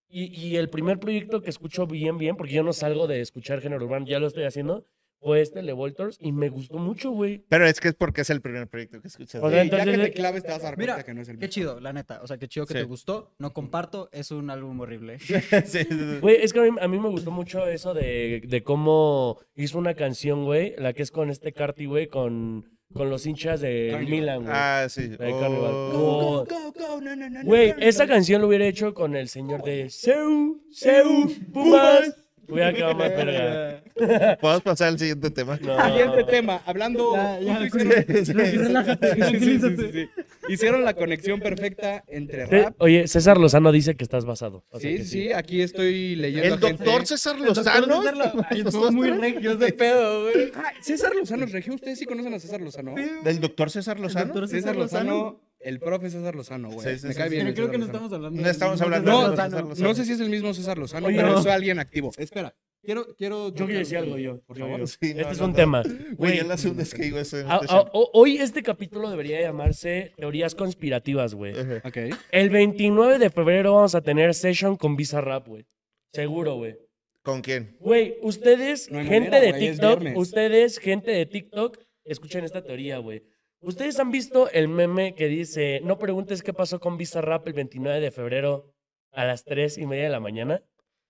S2: Y, y el primer proyecto que escucho bien, bien, porque yo no salgo de escuchar género urbano, ya lo estoy haciendo, fue este, Le Voltors, y me gustó mucho, güey.
S3: Pero es que es porque es el primer proyecto que escuchas.
S2: O
S1: Sí,
S2: sea,
S3: de-
S1: ya que
S2: entonces-
S1: te claves te vas a dar cuenta
S4: Mira,
S1: que no es el
S4: Qué
S1: mismo.
S4: chido, la neta. O sea, qué chido que
S3: Sí.
S4: te gustó. No comparto, es un álbum
S1: <laughs>
S4: horrible.
S3: <laughs> Sí, sí, sí.
S2: Güey, es que a mí, a mí me gustó mucho eso de, de cómo hizo una canción, güey, la que es con este Carti, güey, con, con los hinchas de
S1: Carnival.
S2: Milan, güey.
S3: Ah, sí.
S2: Ahí Carnival.
S3: Oh.
S1: Go,
S2: Oh.
S1: go, go, no, no, no, no,
S2: Güey,
S1: no, no,
S2: esa
S1: no.
S2: canción lo hubiera hecho con el señor de Seu, Seu, Pumas. Hubiera quedado más verga.
S3: <laughs> ¿Podemos pasar al siguiente tema?
S2: No.
S1: Siguiente tema, hablando.
S4: Ya, ya,
S1: justo
S4: cuida- relájate,
S1: Sí, sí, sí,
S4: tranquilízate.
S1: sí, sí. Hicieron la conexión perfecta entre
S2: Te-
S1: rap.
S2: Oye, César Lozano dice que estás basado. o sea
S1: Sí,
S2: que
S1: sí, aquí estoy leyendo.
S3: El doctor César Lozano.
S4: Son muy regios de pedo,
S1: <laughs>
S4: güey.
S1: Ah, César Lozano es regio. Ustedes sí conocen a César Lozano.
S3: ¿Del doctor César Lozano?
S4: doctor
S1: César Lozano, el profe César Lozano, güey.
S3: Sí, sí,
S1: Me
S3: sí,
S1: cae
S3: sí.
S1: bien.
S4: Pero
S1: el
S4: creo que Mm, no
S1: César Lozano.
S4: estamos hablando.
S3: No estamos
S4: del mismo
S3: hablando
S4: César
S3: de-
S4: Lozano.
S3: César Lozano.
S1: No sé si es el mismo César Lozano,
S2: Oye,
S1: pero
S2: no.
S1: es alguien activo. Espera, quiero. quiero
S2: Yo quiero decir algo yo.
S1: Por
S2: yo-
S1: favor.
S2: yo.
S3: Sí, no,
S2: este es
S3: no,
S2: un
S3: no.
S2: tema.
S3: Güey,
S2: Güey, Ah,
S3: ya la segunda es que digo eso. en
S2: a-
S3: este
S2: a-
S3: show.
S2: o- hoy este capítulo debería llamarse Teorías conspirativas, güey.
S3: Ajá.
S1: Ok.
S2: El 29 de febrero vamos a tener session con Visa Rap, güey. Seguro, güey.
S3: ¿Con quién?
S2: Güey, ustedes,
S1: No hay
S2: gente
S1: manera,
S2: de
S1: güey, es
S2: TikTok,
S1: viernes.
S2: ustedes, gente de TikTok, escuchen esta teoría, güey. Ustedes han visto el meme que dice, no preguntes qué pasó con Bizarrap el 29 de febrero a las 3 y media de la mañana.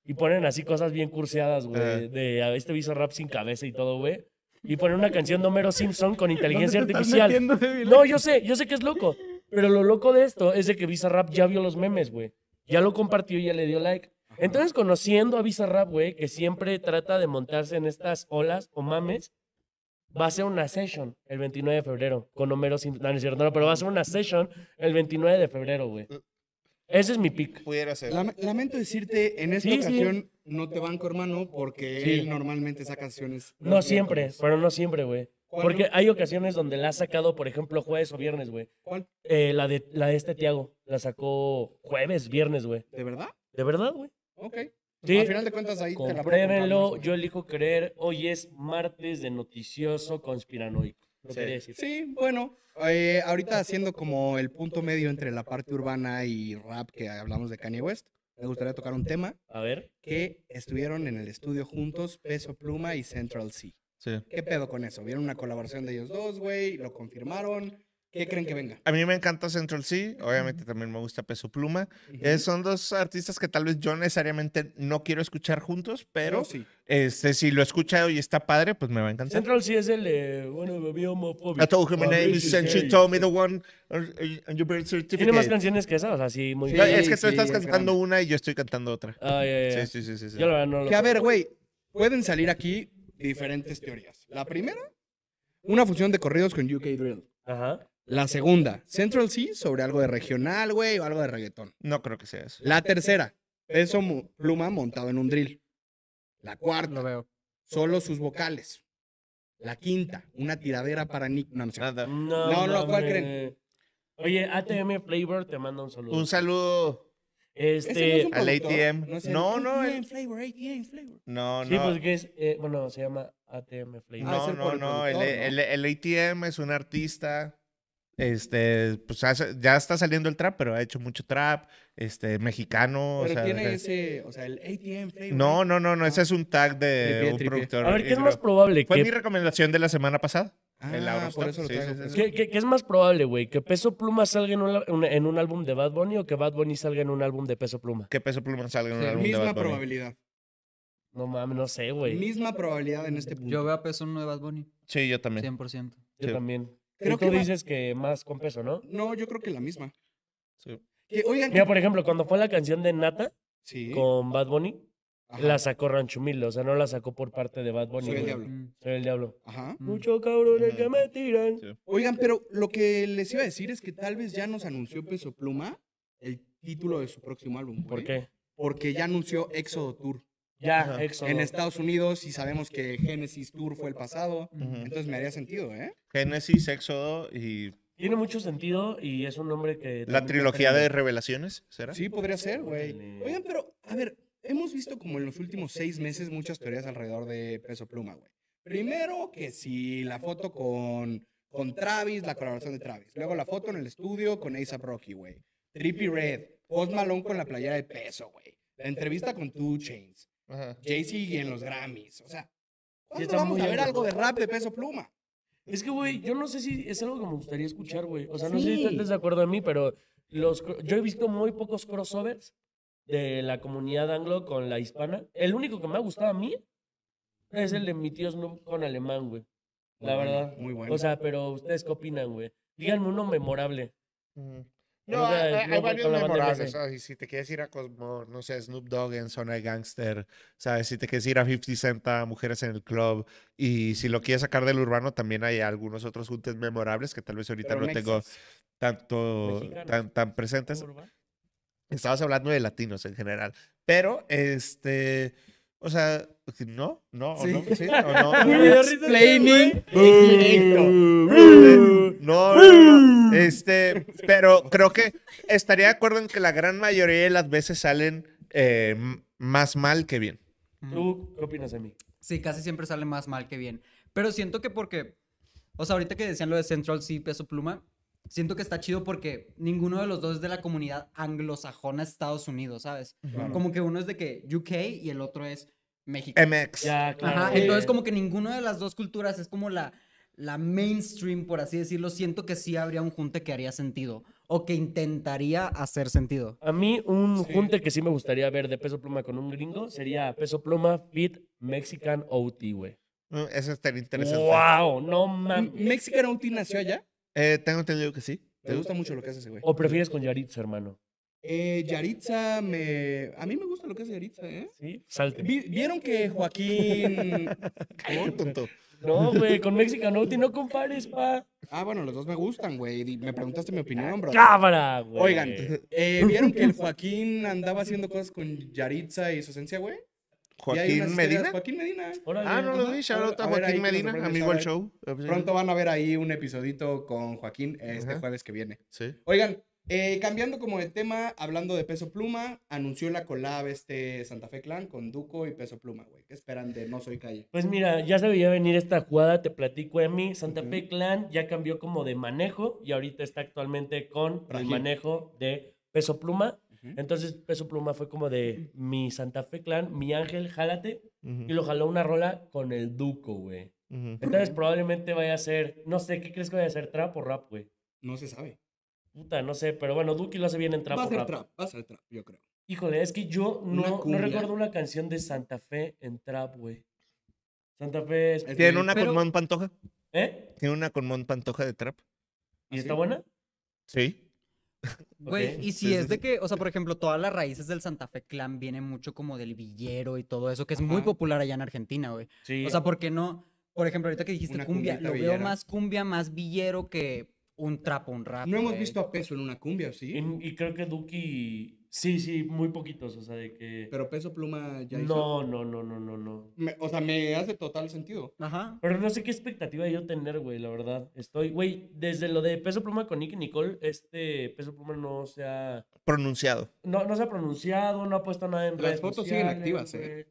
S2: Y ponen así cosas bien curseadas, güey,
S3: Ajá.
S2: de a este Bizarrap sin cabeza y todo, güey. Y ponen una canción de Homero Simpson con
S4: ¿Dónde
S2: inteligencia
S4: te estás
S2: artificial.
S4: metiendo, débil?
S2: No, yo sé, yo sé que es loco. Pero lo loco de esto es de que Bizarrap ya vio los memes, güey. Ya lo compartió y ya le dio like. Entonces, conociendo a Bizarrap, güey, que siempre trata de montarse en estas olas o mames, va a ser una session el 29 de febrero con Homero Simpson. No, no es cierto, no, pero va a ser una session el 29 de febrero, güey. Ese es mi pick.
S3: Pudiera ser.
S1: Lame- Lamento decirte, en esta
S2: Sí, sí.
S1: ocasión no te banco, hermano, porque
S2: Sí.
S1: él normalmente saca canciones.
S2: No siempre, pero no siempre, güey.
S1: ¿Cuál?
S2: Porque hay ocasiones donde la ha sacado, por ejemplo, jueves o viernes, güey.
S1: ¿Cuál?
S2: Eh, la, de, la de este Tiago, la sacó jueves, viernes, güey.
S1: ¿De verdad?
S2: ¿De verdad, güey?
S1: Ok.
S2: Sí.
S1: Al final de cuentas ahí te la puedo comprar
S2: Compruébenlo,
S1: más,
S2: yo elijo creer. Hoy es martes de noticioso conspiranoico. Lo
S3: Sí.
S2: quería
S1: güey.
S2: decir.
S1: Sí, bueno. eh, ahorita haciendo como el punto medio entre la parte urbana y rap que hablamos de Kanye West, me gustaría tocar un tema
S2: A ver.
S1: que estuvieron en el estudio juntos, Peso Pluma y Central C.
S3: Sí.
S1: ¿Qué pedo con eso? ¿Vieron una colaboración de ellos dos, güey? ¿Lo confirmaron? ¿Qué creen que venga?
S3: A mí me encanta Central C, obviamente también me gusta Peso Pluma. Eh, son dos artistas que tal vez yo necesariamente no quiero escuchar juntos, pero
S1: sí.
S3: este, si lo escucha y está padre, pues me va a encantar.
S2: Central sí es el de. Bueno, bebí homofobia.
S3: I told her my name is and she told me the one uh, on on your birth
S2: Tiene más
S3: certificate.
S2: canciones que esa, o sea, sí, muy
S1: Sí.
S3: No, es que
S1: Sí,
S3: tú estás
S1: es grande.
S3: cantando una y yo estoy cantando otra.
S2: Ay, ay, ay.
S3: Sí, sí, sí, sí. sí.
S2: Eh, Yo la verdad no lo.
S1: Que a ver, güey, pueden salir aquí diferentes teorías. La primera, una fusión de corridos con UK Drill.
S2: Ajá.
S1: La segunda, Central C, sobre algo de regional, güey, o algo de reggaetón.
S3: No creo que sea eso.
S1: La tercera, peso mu- pluma montado en un drill. La
S4: Lo
S1: cuarta,
S4: veo.
S1: solo sus vocales. La quinta, una tiradera para Nick. No, no sé.
S3: Nada.
S2: Mm,
S1: No, no, ¿cuál
S2: mames.
S1: creen?
S2: Oye, ATM Flavor te manda un saludo.
S3: Un saludo.
S1: Ese no es
S2: Este.
S1: un
S3: al
S1: productor,
S3: ATM.
S1: es el
S3: No, no, el-
S1: ATM flavor, ATM flavor.
S3: No,
S2: Sí,
S3: no.
S2: pues que es. eh, bueno, se llama ATM Flavor.
S1: Ah,
S3: No,
S1: es el
S3: no,
S1: por el
S3: no. El,
S1: productor,
S3: el- el ATM es un artista. Este, pues hace- ya está saliendo el trap, pero ha hecho mucho trap. Este, mexicano. o
S1: Pero
S3: sea,
S1: tiene
S3: de-
S1: ese, o sea, el ATM flavor.
S3: No, no, no, no. Ese es un tag de
S1: Tripié,
S3: un
S1: tripié.
S3: productor.
S2: A ver, ¿qué es
S3: hidro-
S2: más probable?
S3: Fue
S2: ¿Que-
S3: mi recomendación de la semana pasada.
S1: Ah,
S3: el Aurostop,
S1: por eso lo
S3: sí, sí,
S1: traigo.
S3: sí,
S1: pues.
S3: sí.
S2: ¿Qué, qué- qué es más probable, güey? ¿Que Peso Pluma salga en un, la- un- en un álbum de Bad Bunny o que Bad Bunny salga en un álbum de Peso Pluma?
S3: ¿Qué peso pluma salga en un
S1: Sí,
S3: álbum de
S1: misma
S3: Bad Bunny?
S1: probabilidad.
S2: No mames, no sé, güey.
S1: Misma probabilidad en este punto.
S4: Yo veo a peso uno de Bad Bunny,
S3: Sí, yo también.
S4: 100%.
S2: Yo
S3: Sí.
S2: también.
S1: Creo
S2: Creo
S1: que
S2: tú
S1: va-
S2: dices que más con Peso, ¿no?
S1: No, yo creo que la misma.
S3: Sí.
S1: Que, oigan,
S2: Mira, por ejemplo, cuando fue la canción de Nata
S1: sí.
S2: con Bad Bunny,
S1: Ajá.
S2: la sacó Ranchumil, o sea, no la sacó por parte de Bad Bunny.
S1: Soy el
S2: güey.
S1: diablo.
S4: Mm,
S2: Soy el diablo.
S1: Ajá.
S4: mm.
S2: Muchos cabrones que me tiran.
S3: Sí.
S1: Oigan, pero lo que les iba a decir es que tal vez ya nos anunció Peso Pluma el título de su próximo álbum. güey.
S2: ¿Por qué?
S1: Porque ya anunció Éxodo Tour
S2: Ya,
S3: Ajá.
S2: Éxodo.
S1: en este Estados Unidos y sabemos que Genesis Tour fue el pasado.
S3: Ujú.
S1: Entonces me haría sentido, ¿eh?
S3: Génesis, Éxodo y
S2: Tiene mucho sentido y es un nombre que...
S3: la
S2: también
S3: trilogía
S2: aprende.
S3: de revelaciones, ¿será?
S1: Sí, podría ser, güey.
S2: Órale.
S1: Oigan, pero, a ver, hemos visto como en los últimos seis meses muchas teorías alrededor de Peso Pluma, güey. Primero que si la foto con, con Travis, la colaboración de Travis. Luego la foto en el estudio con A$AP Rocky, güey. Trippy Red. Post Malone con la playera de peso, güey. La entrevista con Two Chains.
S3: Ajá.
S1: Jay-Z en los Grammys. O sea, ¿cuándo
S2: está
S1: vamos
S2: muy
S1: a ver
S2: alto.
S1: algo de rap de Peso Pluma?
S2: Es que, güey, yo no sé si es algo que me gustaría escuchar, güey. O sea, no sé si
S1: Sí.
S2: tú estés de acuerdo a mí, pero los, cro- yo he visto muy pocos crossovers de la comunidad anglo con la hispana. El único que me ha gustado a mí es el de mi tío Snoop con alemán, güey. La
S1: Muy bueno,
S2: verdad.
S1: muy bueno.
S2: O sea, pero ¿ustedes qué opinan, güey? Díganme uno memorable.
S3: Ujú.
S2: Pero,
S3: No,
S2: o sea,
S3: hay, hay-
S2: no
S3: hay
S2: fue
S3: varios
S2: con la banda
S3: memorables.
S2: MS.
S3: ¿sabes? Y si te quieres ir a Cosmo, no sé, Snoop Dogg en Zona de Gangster, ¿sabes? Si te quieres ir a 50 Cent a Mujeres en el Club, y si lo quieres sacar del urbano, también hay algunos otros juntes memorables que tal vez ahorita
S1: Pero
S3: no
S1: mexas.
S3: tengo tanto
S2: Mexicanos.
S3: tan, tan presentes.
S2: Urba.
S3: Estabas hablando de latinos en general, pero este, o sea, no, no, o
S1: Sí.
S3: no, sí,
S2: <laughs>
S3: o no,
S2: Me
S3: no,
S2: dio risa este, güey.
S1: Explaining directo.
S3: No, no, no. Este, pero creo que estaría de acuerdo en que la gran mayoría de las veces salen eh, m- más mal que bien.
S2: ¿Tú qué opinas de mí?
S4: Sí, casi siempre sale más mal que bien. Pero siento que porque, o sea, ahorita que decían lo de Central C, Peso Pluma, siento que está chido porque ninguno de los dos es de la comunidad anglosajona Estados Unidos, ¿sabes?
S1: Claro.
S4: Como que uno es de que UK y el otro es México.
S3: MX.
S2: Ya, claro.
S4: Ajá,
S2: güey.
S4: entonces como que ninguna de las dos culturas es como la, la mainstream, por así decirlo. Siento que sí habría un junte que haría sentido o que intentaría hacer sentido.
S2: A mí un junte que sí me gustaría ver de Peso Pluma con un gringo sería Peso Pluma Fit Mexican OT, güey.
S3: Mm, Eso estaría interesante.
S2: ¡Wow! No
S1: M-
S2: mames.
S1: Mexican OT nació allá.
S3: Eh, tengo entendido que sí.
S1: Me gusta mucho lo que hace ese güey.
S2: ¿O prefieres con Yaritz, hermano?
S1: Eh, Yaritza me... A mí me gusta lo que hace Yaritza, ¿eh?
S2: Sí, salte.
S1: Vi- ¿Vieron que <laughs> Joaquín...
S3: Qué tonto.
S2: No, güey, con Mexican OT no compares, pa.
S1: Ah, bueno, los dos me gustan, güey. Di- Me preguntaste mi opinión, bro.
S2: ¡Cámara, güey!
S1: Oigan, eh, ¿vieron <laughs> que el Joaquín andaba haciendo cosas con Yaritza y su esencia, güey? Y hay unas
S3: Joaquín
S1: historias-
S3: Medina.
S1: Joaquín Medina.
S2: Órale.
S3: Ah, no lo vi. Shout out
S1: A
S3: a
S1: ver, ahí
S3: Joaquín
S1: que nos
S3: Medina,
S1: sorprendes, a
S3: amigo del
S1: ver.
S3: show.
S1: Pronto van a ver ahí un episodito con Joaquín este
S3: Ajá.
S1: jueves que viene.
S3: Sí.
S1: Oigan, eh, cambiando como de tema, hablando de Peso Pluma, anunció la collab este Santa Fe Clan con Duco y Peso Pluma, güey. ¿Qué esperan de No Soy Calle?
S2: Pues mira, ya se veía venir esta jugada, te platico a mí. Santa Fe Clan ya cambió como de manejo y ahorita está actualmente con el
S1: Rajil.
S2: manejo de Peso Pluma.
S1: Ujú.
S2: Entonces Peso Pluma fue como de mi Santa Fe Clan, mi ángel, jálate.
S3: Ujú,
S2: Y lo jaló una rola con el Duco, güey.
S3: ujú.
S2: Entonces probablemente vaya a ser, no sé, ¿qué crees que vaya a ser? ¿Trap o rap, güey?
S1: No se sabe.
S2: Puta, no sé, pero bueno, Duki lo hace bien en trap
S1: va
S2: o
S1: a ser
S2: rap.
S1: trap, va a ser trap, yo creo.
S2: Híjole, es que yo
S1: Una
S2: no, no
S1: cumbia.
S2: recuerdo una canción de Santa Fe en trap, güey. Santa Fe es...
S1: Es-
S3: ¿Tiene una
S4: Pero-
S3: con Mon Pantoja?
S2: ¿Eh?
S3: ¿Tiene una con Mon Pantoja de trap?
S2: ¿Y
S1: ¿Ah,
S2: está
S1: sí?
S2: buena?
S3: Sí.
S4: Güey,
S2: Ok.
S4: y si
S3: Sí,
S4: es
S3: sí,
S4: de
S3: sí.
S4: que, o sea, por ejemplo, todas las raíces del Santa Fe Clan vienen mucho como del villero y todo eso, que es muy
S1: Ajá.
S4: popular allá en Argentina, güey.
S2: Sí.
S4: O sea, ¿por qué no? Por ejemplo, ahorita que dijiste
S1: Una
S4: cumbia,
S1: cumbiita
S4: lo veo
S1: villera.
S4: más cumbia, más villero que un trapo, un rap.
S1: No hemos
S4: güey.
S1: visto a Peso en una cumbia, ¿o ¿sí?
S2: Y, y creo que Duki. Sí, sí, muy poquitos. O sea, de que.
S1: Pero Peso Pluma ya hizo-
S2: No, no, no, no, no, no.
S1: Me- o sea, me hace total sentido.
S4: Ajá.
S2: Pero no sé qué expectativa yo tener, güey, la verdad. Estoy, güey, desde lo de Peso Pluma con Nick y Nicole, este Peso Pluma no se ha,
S3: Pronunciado.
S2: no, no se ha pronunciado, no ha puesto nada en
S1: Las
S2: redes
S1: fotos siguen
S2: sociales,
S1: activas, eh.
S2: güey.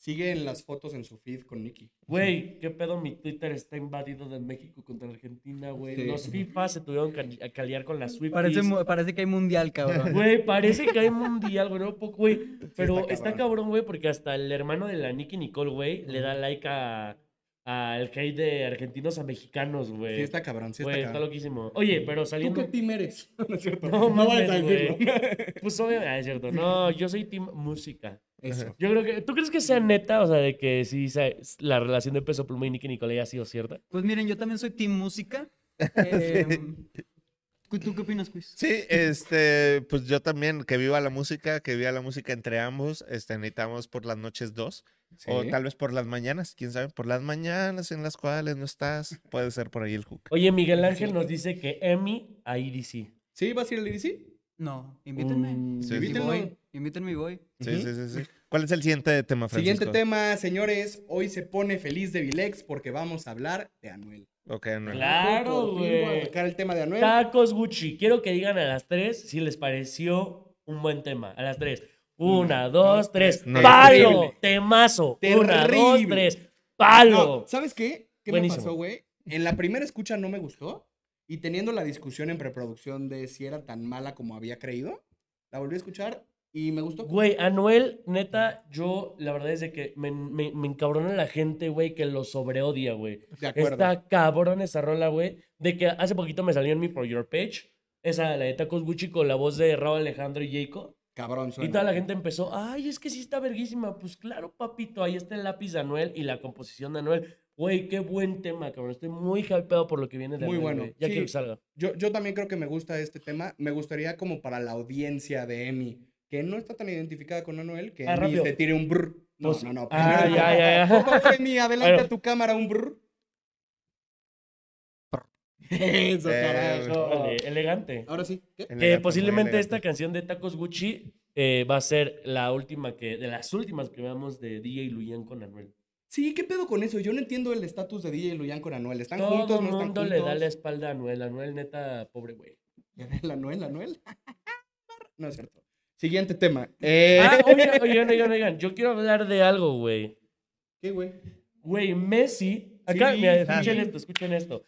S1: Sigue en las fotos en su feed con Nicky.
S2: Güey, qué pedo, mi Twitter está invadido de México contra Argentina, güey.
S1: Sí.
S2: Los FIFA se tuvieron que a caliar con las Swifties.
S4: Parece, mu- parece que hay mundial,
S1: <laughs>
S4: cabrón.
S2: Güey, parece que hay mundial, güey, no poco, güey. Pero
S1: está
S2: está
S1: cabrón.
S2: cabrón, güey, porque hasta el hermano de la Nicky Nicole, güey, le da like a al hate de argentinos a mexicanos, güey.
S1: Sí, está cabrón, sí está
S2: Güey, está
S1: cabrón.
S2: loquísimo. Oye, pero
S1: ¿Tú
S2: saliendo.
S1: qué team eres? <laughs> No es cierto.
S2: No
S1: No, vayas a
S2: mames, güey.
S1: decirlo. <laughs>
S2: Pues obvio, ah, es cierto. No, yo soy team música.
S1: Eso.
S2: Yo creo que. ¿Tú crees que sea neta? O sea, de que sí sa- la relación de peso pluma y Nicky Nicole haya sido cierta.
S4: Pues miren, yo también soy team <laughs> música. Em, ¿Tú qué opinas, Quiz?
S3: Sí, este, pues yo también, que viva la música, que viva la música entre ambos. Este, necesitamos por las noches dos, o
S1: Sí.
S3: tal vez por las mañanas, quién sabe, por las mañanas en las cuales no estás, puede ser por ahí el hook.
S2: Oye, Miguel Ángel nos dice que Emi a IDC.
S1: ¿Sí? ¿Vas a ir al IDC?
S4: No, invítenme.
S2: Mm,
S3: Sí,
S4: Y
S3: sí,
S1: invítenlo.
S4: voy, invítenme y voy.
S3: sí,
S1: Ujú.
S3: sí, sí, sí. ¿Cuál es el siguiente tema, Francisco?
S1: Siguiente tema, señores. Hoy se pone feliz de Vilex porque vamos a hablar de Anuel.
S3: Ok, no.
S1: Por
S2: Claro,
S1: fin voy a
S2: güey.
S1: sacar el tema de Anuel.
S2: Tacos Gucci. Quiero que digan a las tres si les pareció un buen tema. A las tres. Una, dos, tres.
S3: No,
S2: ¡Palo!
S1: terrible.
S2: Temazo. Una, dos,
S1: Terrible.
S2: tres.
S1: No,
S2: ¡Palo!
S1: ¿Sabes qué? ¿Qué
S2: Buenísimo.
S1: me pasó, güey? En la primera escucha no me gustó y teniendo la discusión en preproducción de si era tan mala como había creído, la volví a escuchar y me gustó.
S2: Güey, Anuel, neta, yo la verdad es de que me, me, me encabrona la gente, güey, que lo sobreodia, güey.
S1: De acuerdo.
S2: Está cabrón esa rola, güey. De que hace poquito me salió en mi For Your Page. Esa, la de Tacos Gucci con la voz de Raúl Alejandro y Jacob.
S1: Cabrón, suena. ¿eh?
S2: Y toda la gente empezó, ay, es que sí está verguísima. Pues claro, papito, ahí está el lápiz de Anuel y la composición de Anuel. Güey, qué buen tema, cabrón. Estoy muy hypeado por lo que viene de
S1: Muy
S2: Anuel,
S1: bueno.
S2: güey. Ya
S1: Sí.
S2: quiero que salga.
S1: Yo, yo también creo que me gusta este tema. Me gustaría como para la audiencia de Emi, que no está tan identificada con Anuel, que
S2: Ah,
S1: Emi
S2: rápido.
S1: te tire un brr. No,
S2: Pues-
S1: no, no.
S2: Ah,
S1: primero-
S2: ya, ya, ya.
S1: Por favor,
S2: <laughs>
S1: Emi, adelante
S2: Bueno.
S1: a tu cámara un
S2: <laughs>
S1: brr. Eso,
S3: Eh,
S1: carajo.
S2: Órale, elegante.
S1: Ahora sí. ¿qué?
S3: El
S2: Que
S3: elegante, muy
S2: Eh, posiblemente
S3: elegante.
S2: esta canción de Tacos Gucci eh, va a ser la última que, de las últimas que veamos de DJ Luyan con Anuel.
S1: Sí, ¿qué pedo con eso? Yo no entiendo el estatus de DJ Luyan con Anuel. ¿Están
S2: Todo
S1: juntos?
S2: el
S1: ¿No están
S2: mundo
S1: juntos?
S2: le da la espalda a Anuel. Anuel, neta, pobre güey.
S1: <laughs> El Anuel, Anuel. <laughs> no es cierto. Siguiente
S2: <laughs>
S1: tema. Eh,
S2: Ah, oigan, oigan, oigan, oigan, yo quiero hablar de algo, güey.
S1: ¿Qué, güey?
S2: Güey, Messi. Acá,
S1: Sí,
S2: mira,
S1: sí.
S2: escuchen esto, escuchen esto.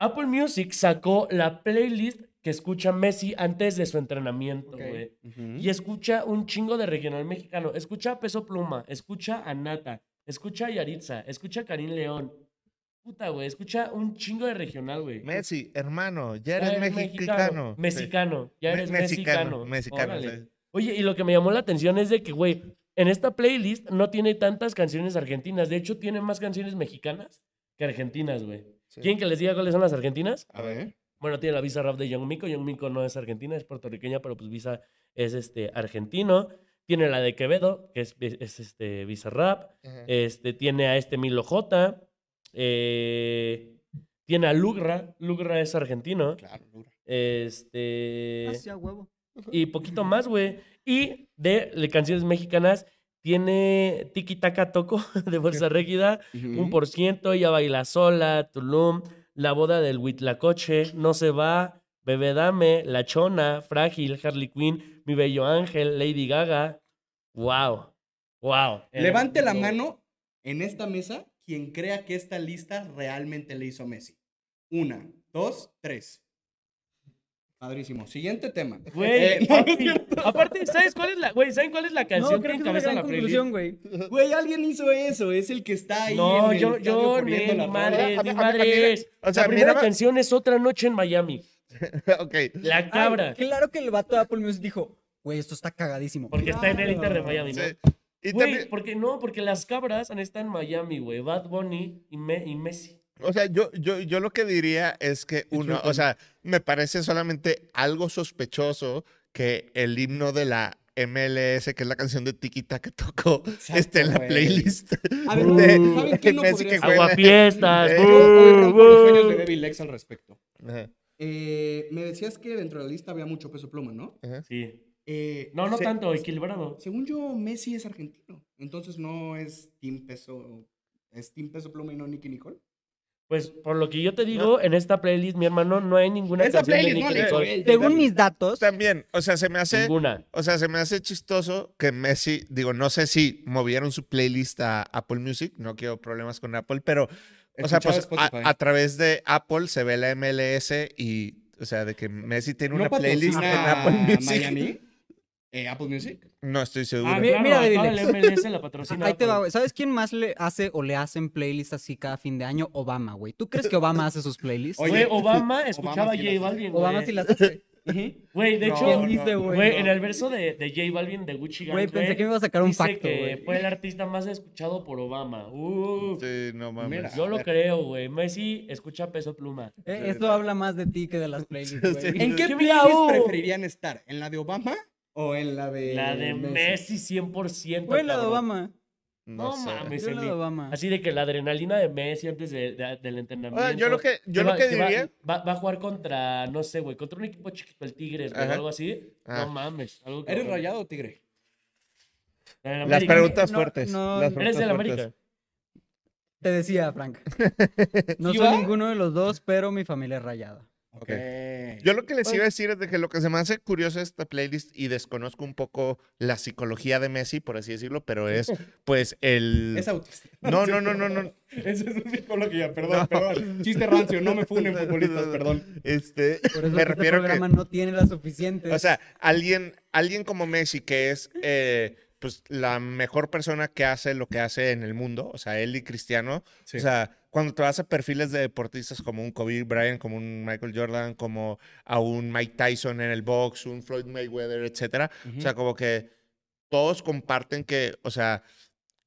S2: Apple Music sacó la playlist que escucha Messi antes de su entrenamiento,
S1: Ok.
S2: güey.
S1: Ujú.
S2: Y escucha un chingo de regional mexicano. Escucha a Peso Pluma, escucha a Nata, escucha a Yaritza, escucha a Karim León. Puta, güey, escucha un chingo de regional, güey.
S3: Messi, hermano, ya eres mexicano. Sí.
S2: Mexicano, ya
S3: Me-
S2: eres mexicano.
S3: Mexicano,
S2: Órale.
S3: sí.
S2: Oye, y lo que me llamó la atención es de que, güey, en esta playlist no tiene tantas canciones argentinas. De hecho, tiene más canciones mexicanas que argentinas, güey.
S3: Sí.
S2: ¿Quieren que les diga cuáles son las argentinas?
S1: A ver.
S2: Bueno, tiene la visa rap de Young Miko. Young Miko no es argentina, es puertorriqueña, pero pues visa es este argentino. Tiene la de Quevedo, que es, es, este visa rap.
S3: Ajá.
S2: Este, tiene a este Milo J. eh, tiene a Lugra. Lugra es argentino.
S1: Claro, dura.
S2: Este.
S4: Así a huevo.
S2: Y poquito más, güey. Y de, de canciones mexicanas tiene Tiki Taka Toco <laughs> de Fuerza Régida, un por ciento, ella baila sola, Tulum, la boda del Huitlacoche, no se va, Bebé Dame, La Chona, Frágil, Harley Quinn, Mi Bello Ángel, Lady Gaga. Wow. Wow.
S1: Eh,
S3: Eh,
S1: Levante la mano en esta mesa quien crea que esta lista realmente le hizo Messi. Una, dos, tres. Padrísimo. Siguiente tema. Eh, <laughs>
S2: Güey,
S1: no, no es
S2: papi, aparte, ¿sabes cuál es la, güey, ¿saben cuál es la canción que encabeza la playlist?
S4: güey.
S1: Güey, alguien hizo eso. Es el que está ahí.
S2: No,
S1: en el
S2: yo,
S1: estadio
S2: yo, ni,
S1: poniendo la
S2: ni
S1: rola.
S2: madres,
S3: A
S2: ni
S3: mí- a mí- a mí-
S2: madres.
S3: o sea,
S2: la primera
S3: mira-
S2: canción es Otra Noche en Miami.
S3: <laughs> ok.
S2: La cabra.
S4: claro que el vato de Apple Music dijo, güey, esto está cagadísimo.
S2: porque está en el Inter de Miami, ¿no?
S3: sí. Y
S2: Güey,
S3: también-
S2: porque no, porque las cabras han estado en Miami, güey. Bad Bunny y, Me- y
S3: <laughs>
S2: Messi.
S3: O sea, yo, yo, yo lo que diría es que uno, o sea, me parece solamente algo sospechoso que el himno de la MLS, que es la canción de Tiquita que <laughs> tocó, esté en la
S1: güey.
S3: playlist.
S1: A ver,
S3: de-
S1: ¿saben quién no
S3: Messi
S1: podría
S3: que
S1: ser?
S3: juega.
S2: Aguafiestas.
S3: Eh,
S1: uh. Quiero saber cuál fue el
S2: bu, bu.
S1: sueño de Debbie Lex al respecto.
S3: Ajá.
S1: Eh, me decías que dentro de la lista había mucho peso pluma, ¿no?
S3: Ajá.
S2: Sí.
S1: Eh,
S2: No, no
S1: se-
S2: tanto, equilibrado.
S1: Según yo, Messi es argentino. Entonces no es Team Peso. ¿Es Team Peso Pluma y no Nicky Nicole?
S2: Pues por lo que yo te digo, en esta playlist, mi hermano, no hay ninguna canción de Nicky
S1: le
S2: Nicole.
S1: hizo,
S4: Según
S1: güey.
S4: mis datos,
S3: También, o sea, se me hace...
S2: Ninguna.
S3: O sea, se me hace chistoso que Messi, digo, no sé si movieron su playlist a Apple Music, no quiero problemas con Apple, pero, o sea,
S1: Escuchaba
S3: pues a,
S1: Spotify.
S3: a través de Apple se ve la MLS y, o sea, de que Messi tiene
S1: ¿No
S3: una playlist en
S1: patrocina
S3: Apple Music.
S1: Ah, Miami? Eh, Apple Music.
S3: No estoy seguro.
S2: Ah,
S4: mi-
S2: claro,
S4: mira,
S2: a toda
S4: David.
S2: la MLS la patrocina.
S4: ahí te va,
S2: Apple.
S4: güey. ¿Sabes quién más le hace o le hacen playlists así cada fin de año? Obama, güey. ¿Tú crees que Obama hace sus playlists?
S1: Oye,
S2: Güey,
S4: <laughs>
S2: Obama escuchaba a
S1: sí
S2: J
S1: las-
S2: Balvin.
S4: Obama
S2: güey.
S4: sí las hace.
S2: Güey, de
S3: No,
S2: hecho,
S3: no,
S4: dice, güey,
S2: güey,
S4: no.
S2: en el verso de, de J Balvin de Gucci Gang,
S4: Güey, pensé que me iba a sacar un
S2: dice
S4: facto,
S2: que
S4: güey.
S2: fue el artista más escuchado por Obama. Uh,
S3: Sí, no mames.
S1: Mira.
S2: yo lo
S1: ver.
S2: creo, güey. Messi escucha Peso Pluma.
S4: Eh, esto habla más de ti que de las playlists, güey.
S2: ¿En qué
S1: ¿Quiénes
S2: playlist
S1: preferirían estar? ¿En la de Obama o en la de
S2: La de Messi 100%.
S4: Güey, la de
S2: cabrón.
S4: Obama.
S2: No,
S3: sé.
S2: mames,
S4: Yo la de
S2: Eli.
S4: Obama.
S2: Así de que la adrenalina de Messi antes de- de- del entrenamiento.
S3: Ah, yo lo que, yo
S2: va-
S3: lo que
S2: va-
S3: diría...
S2: Va, va a jugar contra, no sé, güey, contra un equipo chiquito, el Tigres, güey, o
S3: Ajá.
S2: algo así.
S3: Ah.
S2: No mames. Algo que-
S1: ¿Eres rayado o tigre?
S2: En el
S3: Las
S2: América.
S3: preguntas
S4: no,
S3: fuertes.
S4: no,
S3: las
S2: Eres
S3: preguntas
S2: del
S3: fuertes.
S2: América.
S4: Te decía,
S1: <laughs>
S4: Frank. No
S1: ¿Sí
S4: soy
S1: va?
S4: ninguno de los dos, pero mi familia es rayada.
S1: Ok.
S3: Yo lo que les iba a decir es de que lo que se me hace curioso de esta playlist y desconozco un poco la psicología de Messi, por así decirlo,
S1: <laughs>
S3: pero es pues el...
S1: Es autista. <laughs>
S3: No, no, no, no, no.
S1: Esa es su psicología, perdón, perdón. Chiste rancio, no me
S3: <laughs>
S1: funen futbolistas, perdón.
S3: Este,
S4: Por eso
S3: me
S4: que este
S3: refiero que,
S4: programa no tiene las suficientes.
S3: o sea, alguien, alguien como Messi que es eh, pues la mejor persona que hace lo que hace en el mundo, o sea, él y Cristiano,
S1: Sí.
S3: o sea, cuando te vas a perfiles de deportistas como un Kobe Bryant, como un Michael Jordan, como a un Mike Tyson en el box, un Floyd Mayweather, etcétera, o sea, como que todos comparten que, o sea,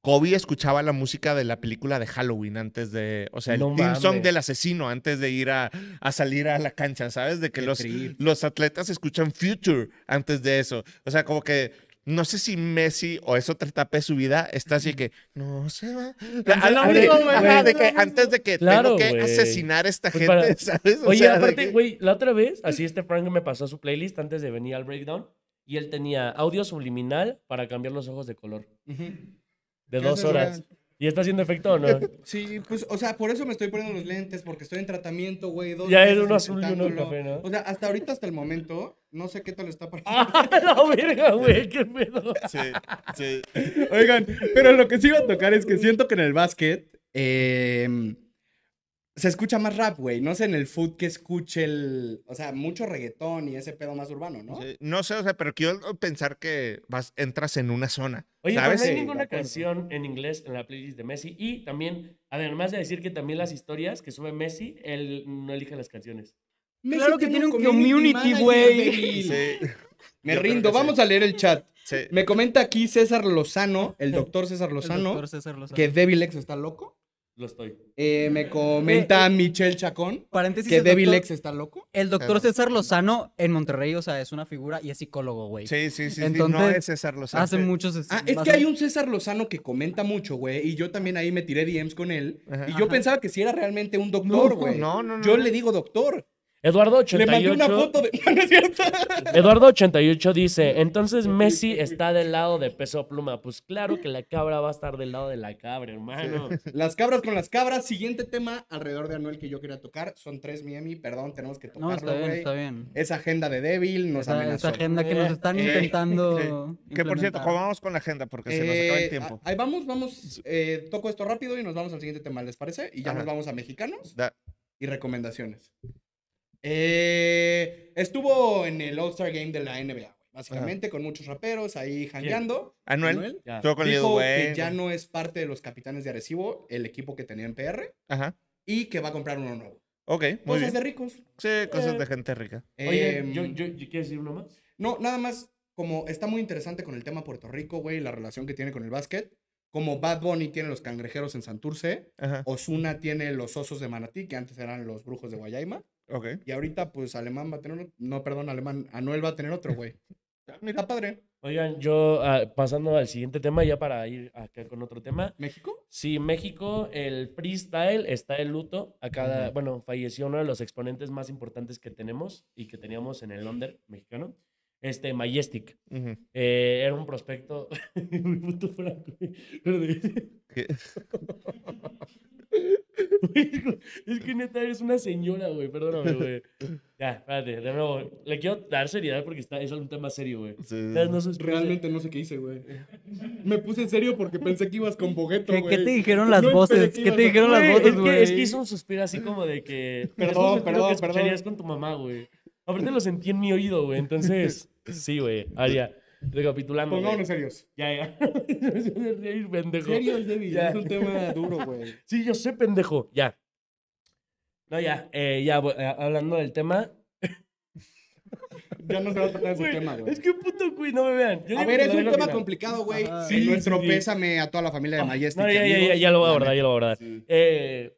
S3: Kobe escuchaba la música de la película de Halloween antes de, o sea, el
S2: No
S3: theme song
S2: mames.
S3: del asesino antes de ir a, a salir a la cancha, ¿sabes? De que
S1: Qué
S3: los,
S1: trip.
S3: los atletas escuchan Future antes de eso. O sea, como que no sé si Messi o eso otra etapa de su vida está así que no se va. Ah,
S2: lo
S3: de-
S2: mismo, güey.
S3: ajá, de
S2: Es lo
S3: que
S2: mismo.
S3: antes de que
S2: Claro,
S3: tengo que
S2: güey.
S3: asesinar a esta
S2: Pues
S3: gente, <laughs>
S2: para-
S3: ¿sabes? O
S2: Oye,
S3: sea, de
S2: aparte,
S3: que-
S2: güey, la otra vez, así este Frank me pasó su playlist antes de venir al breakdown y él tenía audio subliminal para cambiar los ojos de color
S1: Ujú.
S2: de
S3: ¿Qué
S2: dos
S3: haces,
S2: horas. ¿Y está haciendo efecto o no? <laughs>
S1: Sí, pues, o sea, por eso me estoy poniendo los lentes, porque estoy en tratamiento, güey. dos
S2: Ya
S1: meses
S2: era uno azul y uno
S1: intentándolo.
S2: café, ¿no?
S1: O sea, hasta ahorita, hasta el momento, no sé qué tal está pareciendo.
S2: ¡Ah, la verga, güey! ¡Qué pedo!
S3: Sí, sí.
S1: Oigan, pero lo que sí iba a tocar es que siento que en el básquet em, se escucha más rap, güey. No sé en el foot que escuche el. O sea, mucho reggaetón y ese pedo más urbano, ¿no?
S3: Sí, No sé, o sea, pero quiero pensar que vas, entras en una zona.
S2: Oye, pero
S3: ¿sabes?
S2: no hay
S1: Sí, de
S2: ninguna
S1: acuerdo.
S2: canción en inglés en la playlist de Messi. Y también, además de decir que también las historias que sube Messi, él no elige las canciones.
S1: Messi
S4: Claro que tiene un community,
S1: manager,
S4: güey.
S1: baby.
S3: Sí,
S1: Me
S3: Yo creo
S1: rindo,
S3: que sí.
S1: vamos a leer el chat.
S3: sí.
S1: <laughs> Me comenta aquí César Lozano, <laughs> el doctor César
S4: El
S1: Lozano,
S4: doctor César Lozano.
S1: que Devil X está loco.
S2: Lo estoy.
S1: Eh, me comenta Michelle Chacón,
S4: Paréntesis.
S1: que
S4: el
S1: Devil
S4: doctor-
S1: X está loco.
S4: El doctor
S3: Claro.
S4: César Lozano en Monterrey, o sea, es una figura y es psicólogo, güey.
S3: Sí, sí, sí. sí, no
S4: Entonces,
S3: es César Lozano.
S4: Hace muchos.
S1: Ah, es que hay un César Lozano que comenta mucho, güey, y yo también ahí me tiré DMs con él,
S3: Ajá.
S1: y yo
S4: Ajá.
S1: pensaba que si era realmente un doctor,
S4: No,
S1: güey.
S3: No, no, no.
S1: Yo le digo doctor.
S2: Eduardo
S1: Le mandé
S2: 88.
S1: una foto de. <laughs> No, no es cierto.
S2: Eduardo 88 dice, entonces Messi está del lado de peso pluma. Pues claro que la cabra va a estar del lado de la cabra, hermano.
S1: Las cabras con las cabras. Siguiente tema alrededor de Anuel que yo quería tocar. Son tres Miami. Perdón, tenemos que
S4: No, está
S1: tocarlo,
S4: bien,
S1: güey.
S4: está bien.
S1: Esa agenda de débil nos
S4: Esa, esa
S1: amenazó.
S4: agenda que nos
S1: <laughs>
S4: están
S3: Eh,
S4: intentando.
S3: Sí. Que por cierto,
S4: implementar.
S3: ¿cómo vamos con la agenda? Porque se nos acaba
S1: Eh,
S3: el tiempo.
S1: a- Ahí vamos, vamos. eh, toco esto rápido y nos vamos al siguiente tema, ¿les parece? Y ya
S3: Ajá.
S1: nos vamos a mexicanos
S3: Da-
S1: y recomendaciones. Eh, estuvo en el All-Star Game de la NBA, güey, básicamente, con muchos raperos ahí jangueando.
S3: Anuel,
S1: Anuel
S2: Ya.
S3: estuvo con Lil
S1: dijo que
S3: Wayne.
S1: ya no es parte de los capitanes de Arecibo, el equipo que tenía en PR,
S3: Ajá.
S1: y que va a comprar uno nuevo.
S3: Ok, muy
S1: Cosas
S3: bien.
S1: de eh, ricos.
S3: Sí, cosas de gente rica.
S2: Oye,
S1: Em,
S2: yo, yo, yo quiero decir uno más.
S1: No, nada más, como está muy interesante con el tema Puerto Rico, güey, la relación que tiene con el básquet. Como Bad Bunny tiene los cangrejeros en Santurce,
S3: Ajá.
S1: Osuna tiene los osos de Manatí, que antes eran los brujos de Guayama.
S3: Ok.
S1: Y ahorita, pues, Alemán va a tener uno. No, perdón, Alemán. Anuel va a tener otro, güey. Está padre.
S2: Oigan, yo ah, pasando al siguiente tema, ya para ir acá con otro tema.
S1: ¿México?
S2: Sí, México, el freestyle está en luto. A cada, bueno, falleció uno de los exponentes más importantes que tenemos y que teníamos en el under mexicano. Este, Majestic.
S3: Ujú.
S2: Eh, era un prospecto. <laughs> Muy puto franco. güey. Perdón.
S3: ¿Qué?
S2: Güey, <laughs> es que neta eres una señora, güey. Perdóname, güey. Ya, espérate, de nuevo. Le quiero dar seriedad porque está, es un tema serio, güey.
S3: Sí.
S2: Ustedes no son-
S1: Realmente no sé qué hice, güey. Me puse en serio porque pensé que ibas con Bogueto,
S4: ¿Qué,
S1: güey.
S4: qué te dijeron las
S1: No esperé que
S4: voces? ¿Qué
S1: ibas
S4: te
S1: a-
S4: dijeron las
S2: Güey,
S4: voces,
S2: es,
S4: güey?
S2: que, es que hizo un suspiro así como de que. es un
S1: Perdón, perdón,
S2: suspiro que
S1: perdón.
S2: escucharías con tu mamá, güey. Aparte lo sentí en mi oído, güey. <laughs> Entonces, sí, güey. Aria, recapitulando. güey.
S1: Pongámonos serios.
S2: Ya, ya. <laughs> Me hizo reír, pendejo.
S1: Serios, David.
S2: Ya.
S1: Es un tema duro, güey.
S2: Sí, yo sé, pendejo. Ya. No, ya. eh, ya, bu- eh, hablando del tema.
S1: Ya no se va a tratar de
S2: Güey,
S1: ese tema, güey.
S2: es que un puto güey, no me vean. Yo
S1: A
S2: digo
S1: ver,
S2: que
S1: es un
S2: lo dejo
S1: tema
S2: al final.
S1: complicado, güey.
S4: Ajá.
S1: Sí,
S2: Sí,
S1: nuestro
S2: sí, sí.
S1: pésame a toda la familia de Majestic.
S2: No, ya, ya, ya,
S1: amigos.
S2: ya lo voy a
S1: este La
S2: abordar,
S1: neta.
S2: ya lo voy a abordar.
S1: Sí.
S2: Eh,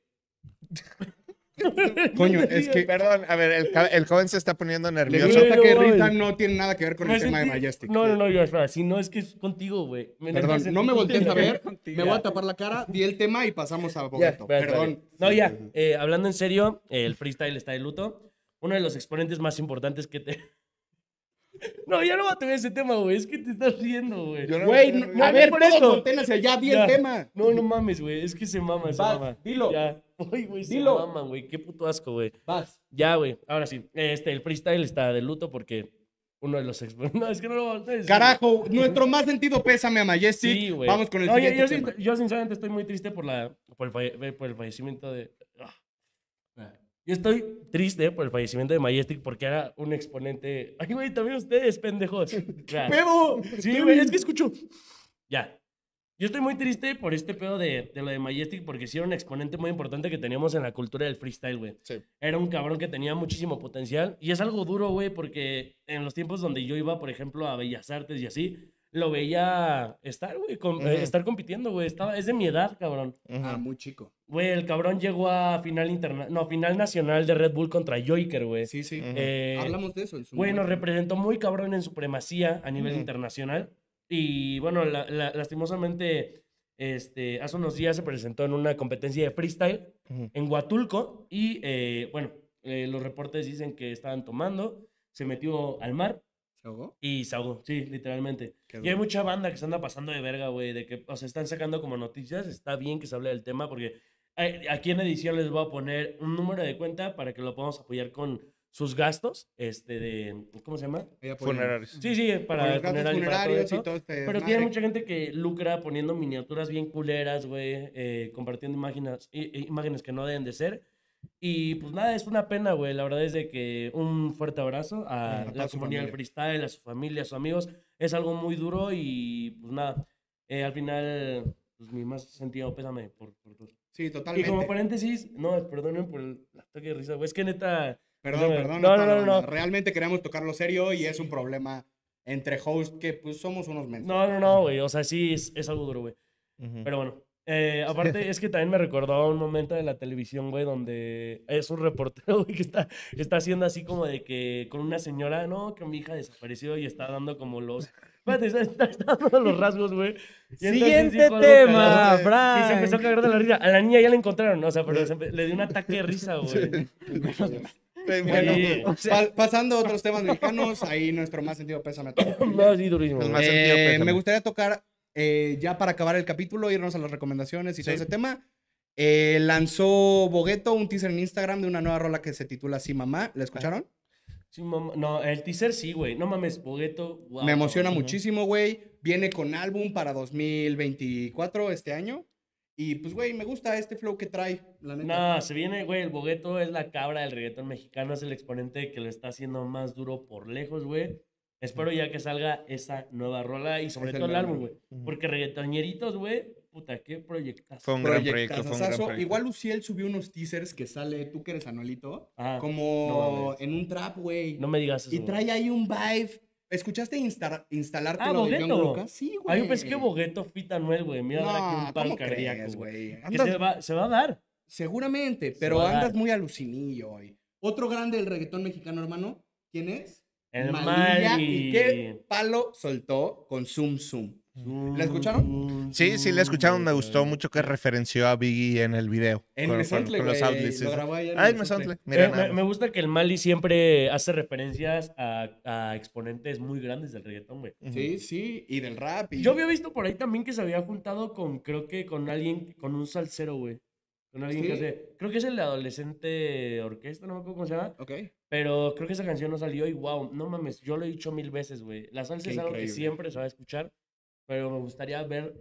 S1: Coño, es que
S3: Perdón, a ver, el, ca- el joven se está poniendo
S1: le
S3: nervioso.
S1: dio
S2: Güey,
S1: un ataque de
S2: no,
S1: risa,
S2: güey.
S1: no tiene nada que ver con
S2: me
S1: el tema de
S2: sentí-
S1: Majestic. eh.
S2: No, no, no, yo, espera. Si no, es que es contigo, güey. Me-
S1: Perdón,
S2: sentí
S1: no me voltees a
S2: contigo.
S1: ver,
S4: Contigo.
S1: me voy a tapar la cara, di el tema y pasamos a
S2: Ya,
S1: Bogueto.
S2: espérate,
S1: Perdón.
S2: espérate. No, ya, eh, hablando en serio, el freestyle está de luto. Uno de los exponentes más importantes que te... <laughs> No, ya no va a tener ese tema, güey. Es que te estás riendo, güey.
S3: Yo no-
S1: Güey, no-
S3: No,
S1: a
S2: no
S1: ver,
S2: por
S1: todos
S2: eso.
S1: volteen hacia allá, di
S2: Ya.
S1: el tema.
S2: No, no mames, güey. Es que se mama, se
S1: Vas,
S2: mama.
S1: dilo.
S2: Ya. Uy, güey, se
S1: Dilo.
S2: mama, güey. Qué puto asco, güey.
S1: Vas.
S2: Ya, güey. Ahora sí. Este, el freestyle está de luto porque uno de los exponentes... <laughs> No, es que no lo va a decir.
S1: Carajo, nuestro más sentido pésame a Majestic.
S2: Sí, güey.
S1: Vamos con el
S2: No, yo-
S1: siguiente
S2: yo,
S1: tema.
S2: sin- yo sinceramente estoy muy triste por, la, por, el, falle- por el fallecimiento de... Ah. Yo estoy triste por el fallecimiento de Majestic porque era un exponente... Ay, güey, también
S1: <laughs>
S2: ustedes, pendejos. O sea,
S1: ¡Pedo!
S2: sí, güey, es que escucho... Ya. Yo estoy muy triste por este pedo de, de lo de Majestic porque sí era un exponente muy importante que teníamos en la cultura del freestyle, güey.
S3: Sí.
S2: Era un cabrón que tenía muchísimo potencial y es algo duro, güey, porque en los tiempos donde yo iba, por ejemplo, a Bellas Artes y así, lo veía estar, güey, com- eh,
S3: Ujú.
S2: estar compitiendo, güey. Estaba, es de mi edad, cabrón.
S3: Ujú.
S1: Ah, muy chico.
S2: Güey, el cabrón llegó a final interna no, final nacional de Red Bull contra Joker, güey.
S1: Sí, sí.
S3: Ujú.
S2: Eh,
S1: Hablamos de eso. en su
S2: Güey, nos
S1: momento.
S2: representó muy cabrón en supremacía a nivel
S3: Ujú.
S2: internacional. Y bueno, la- la- lastimosamente, este, hace unos días se presentó en una competencia de freestyle
S3: Ujú.
S2: en Huatulco. Y eh, bueno, eh, los reportes dicen que estaban tomando, se metió al mar
S1: ¿Se ahogó?
S2: y se ahogó, sí, literalmente.
S1: Qué
S2: Y hay
S1: duro.
S2: mucha banda que se anda pasando de verga, güey, de que, o sea, están sacando como noticias. Está bien que se hable del tema porque eh, aquí en edición les voy a poner un número de cuenta para que lo podamos apoyar con sus gastos, este, de, ¿cómo se llama?
S1: Ahí apoyan.
S3: Funerarios.
S2: Sí, sí,
S1: Con
S2: para
S1: los gastos
S2: funeral y para todo
S1: funerarios
S2: eso.
S1: y todo este
S2: Pero
S1: desmadre.
S2: tiene mucha gente que lucra poniendo miniaturas bien culeras, güey, eh, compartiendo imágenes, i- i- imágenes que no deben de ser. Y pues nada, es una pena, güey. La verdad es de que un fuerte abrazo
S1: A
S2: a
S1: toda
S2: la
S1: su
S2: comunidad del
S1: familia.
S2: freestyle, a su familia, a sus amigos. Es algo muy duro y pues nada, eh, al final, pues mi más sentido pésame por, por todo.
S1: Sí,
S2: Y
S1: totalmente.
S2: como paréntesis, no, perdonen por el ataque de risa, güey. Es que neta,
S1: Perdón,
S2: No,
S1: perdón.
S2: no,
S1: a
S2: no,
S1: toda la
S2: no, no.
S1: banda. Realmente queríamos tocarlo serio y es un problema entre hosts que pues somos unos mentes.
S2: <laughs> no, no, no, güey. O sea, sí, es, es algo duro, güey.
S3: Ujú.
S2: Pero bueno, eh, aparte es que también me recordó a un momento de la televisión, güey, donde es un reportero, <laughs> güey, que está, está haciendo así como de que con una señora, no, que mi hija desapareció y está dando como los... Espérate, está, está- está dando los rasgos, güey. Y entonces
S4: Siguiente
S2: dijo algo
S4: tema,
S2: cagado, güey, Y se empezó a
S4: Frank.
S2: cagar de la risa. A la niña ya la encontraron, ¿no? o sea, pero se empe- le dio un ataque de risa, güey.
S3: Eh,
S1: Bueno,
S2: Sí. <laughs>
S4: O sea-
S1: pa- pasando a otros temas mexicanos, ahí nuestro más sentido pésame a todos.
S2: No, sí, durísimo.
S3: Pues
S2: güey.
S3: más sentido
S1: Eh,
S3: pésame.
S1: me gustaría tocar, eh, ya para acabar el capítulo, irnos a las recomendaciones y todo
S3: Sí.
S1: ese tema. Eh, lanzó Bogueto un teaser en Instagram de una nueva rola que se titula Sí Mamá. ¿La escucharon?
S3: Ah,
S2: Sí, mamá- No, el teaser sí, güey. No mames, Bogueto. guau,
S1: Me emociona
S2: cabrón.
S1: muchísimo, güey. Viene con álbum para 2024 este año. Y pues, güey, me gusta este flow que trae, la neta.
S2: No, se viene, güey, el Bogueto es la cabra del reggaetón mexicano, es el exponente que lo está haciendo más duro por lejos, güey. Espero ya que salga esa nueva rola y sobre
S1: Es el
S2: todo el
S1: mero
S2: álbum,
S1: mero.
S2: güey. Porque reggaetoñeritos, güey, puta, qué proyectazo.
S3: Fue un gran proyecto, fue un gran
S1: Proyectazazazo.
S3: proyecto.
S1: Igual Luciel subió unos teasers que sale, tú que eres anuelito,
S2: Ah, no
S1: como
S2: mames.
S1: en un trap, güey.
S2: No me digas eso.
S1: y
S2: güey.
S1: trae ahí un vibe. ¿Escuchaste instalar instalarte
S2: Ah,
S1: lo de John
S2: Bogueto.
S1: Lucas? Sí,
S2: Ah,
S1: güey.
S2: yo pensé que Bogueto Fita Noel, güey. Mira, habrá aquí
S1: No,
S2: un paro
S1: ¿cómo
S2: cardíaco,
S1: crees,
S2: güey.
S1: güey?
S2: Que
S1: Andas-
S2: se va, se va a dar.
S1: Seguramente,
S2: Se
S1: pero
S2: va a dar.
S1: andas muy alucinillo hoy. Otro grande del reggaetón mexicano, hermano. ¿Quién es?
S2: El
S1: Malilla, ¿Y
S2: Mali.
S1: qué palo soltó con Zoom Zoom?
S2: Mm,
S1: ¿La escucharon?
S2: mm,
S3: Sí, sí, la escucharon. Me gustó
S2: mm.
S3: mucho que referenció a Biggie en el video.
S1: En Mesontle,
S3: los
S1: güey,
S3: outlets.
S1: lo
S3: sí.
S1: grabó ahí en
S3: Ah, en
S1: Mesontle.
S3: Mesontle.
S2: Eh,
S3: Mira,
S2: me,
S3: nada
S2: me
S3: más.
S2: gusta que el Mali siempre hace referencias a, a exponentes muy grandes del reggaetón, güey.
S3: Ujú.
S1: Sí, sí, y del rap. y-
S2: Yo había visto por ahí también que se había juntado con, creo que con alguien, con un salsero, güey. Con alguien que
S1: Sí.
S2: hace, creo que es el adolescente orquesta, no me acuerdo cómo se llama,
S1: Ok.
S2: pero creo que esa canción no salió y wow, no mames, yo lo he dicho mil veces, güey. La salsa
S1: Qué
S2: es algo que
S1: increíble.
S2: siempre se va a escuchar, pero me gustaría ver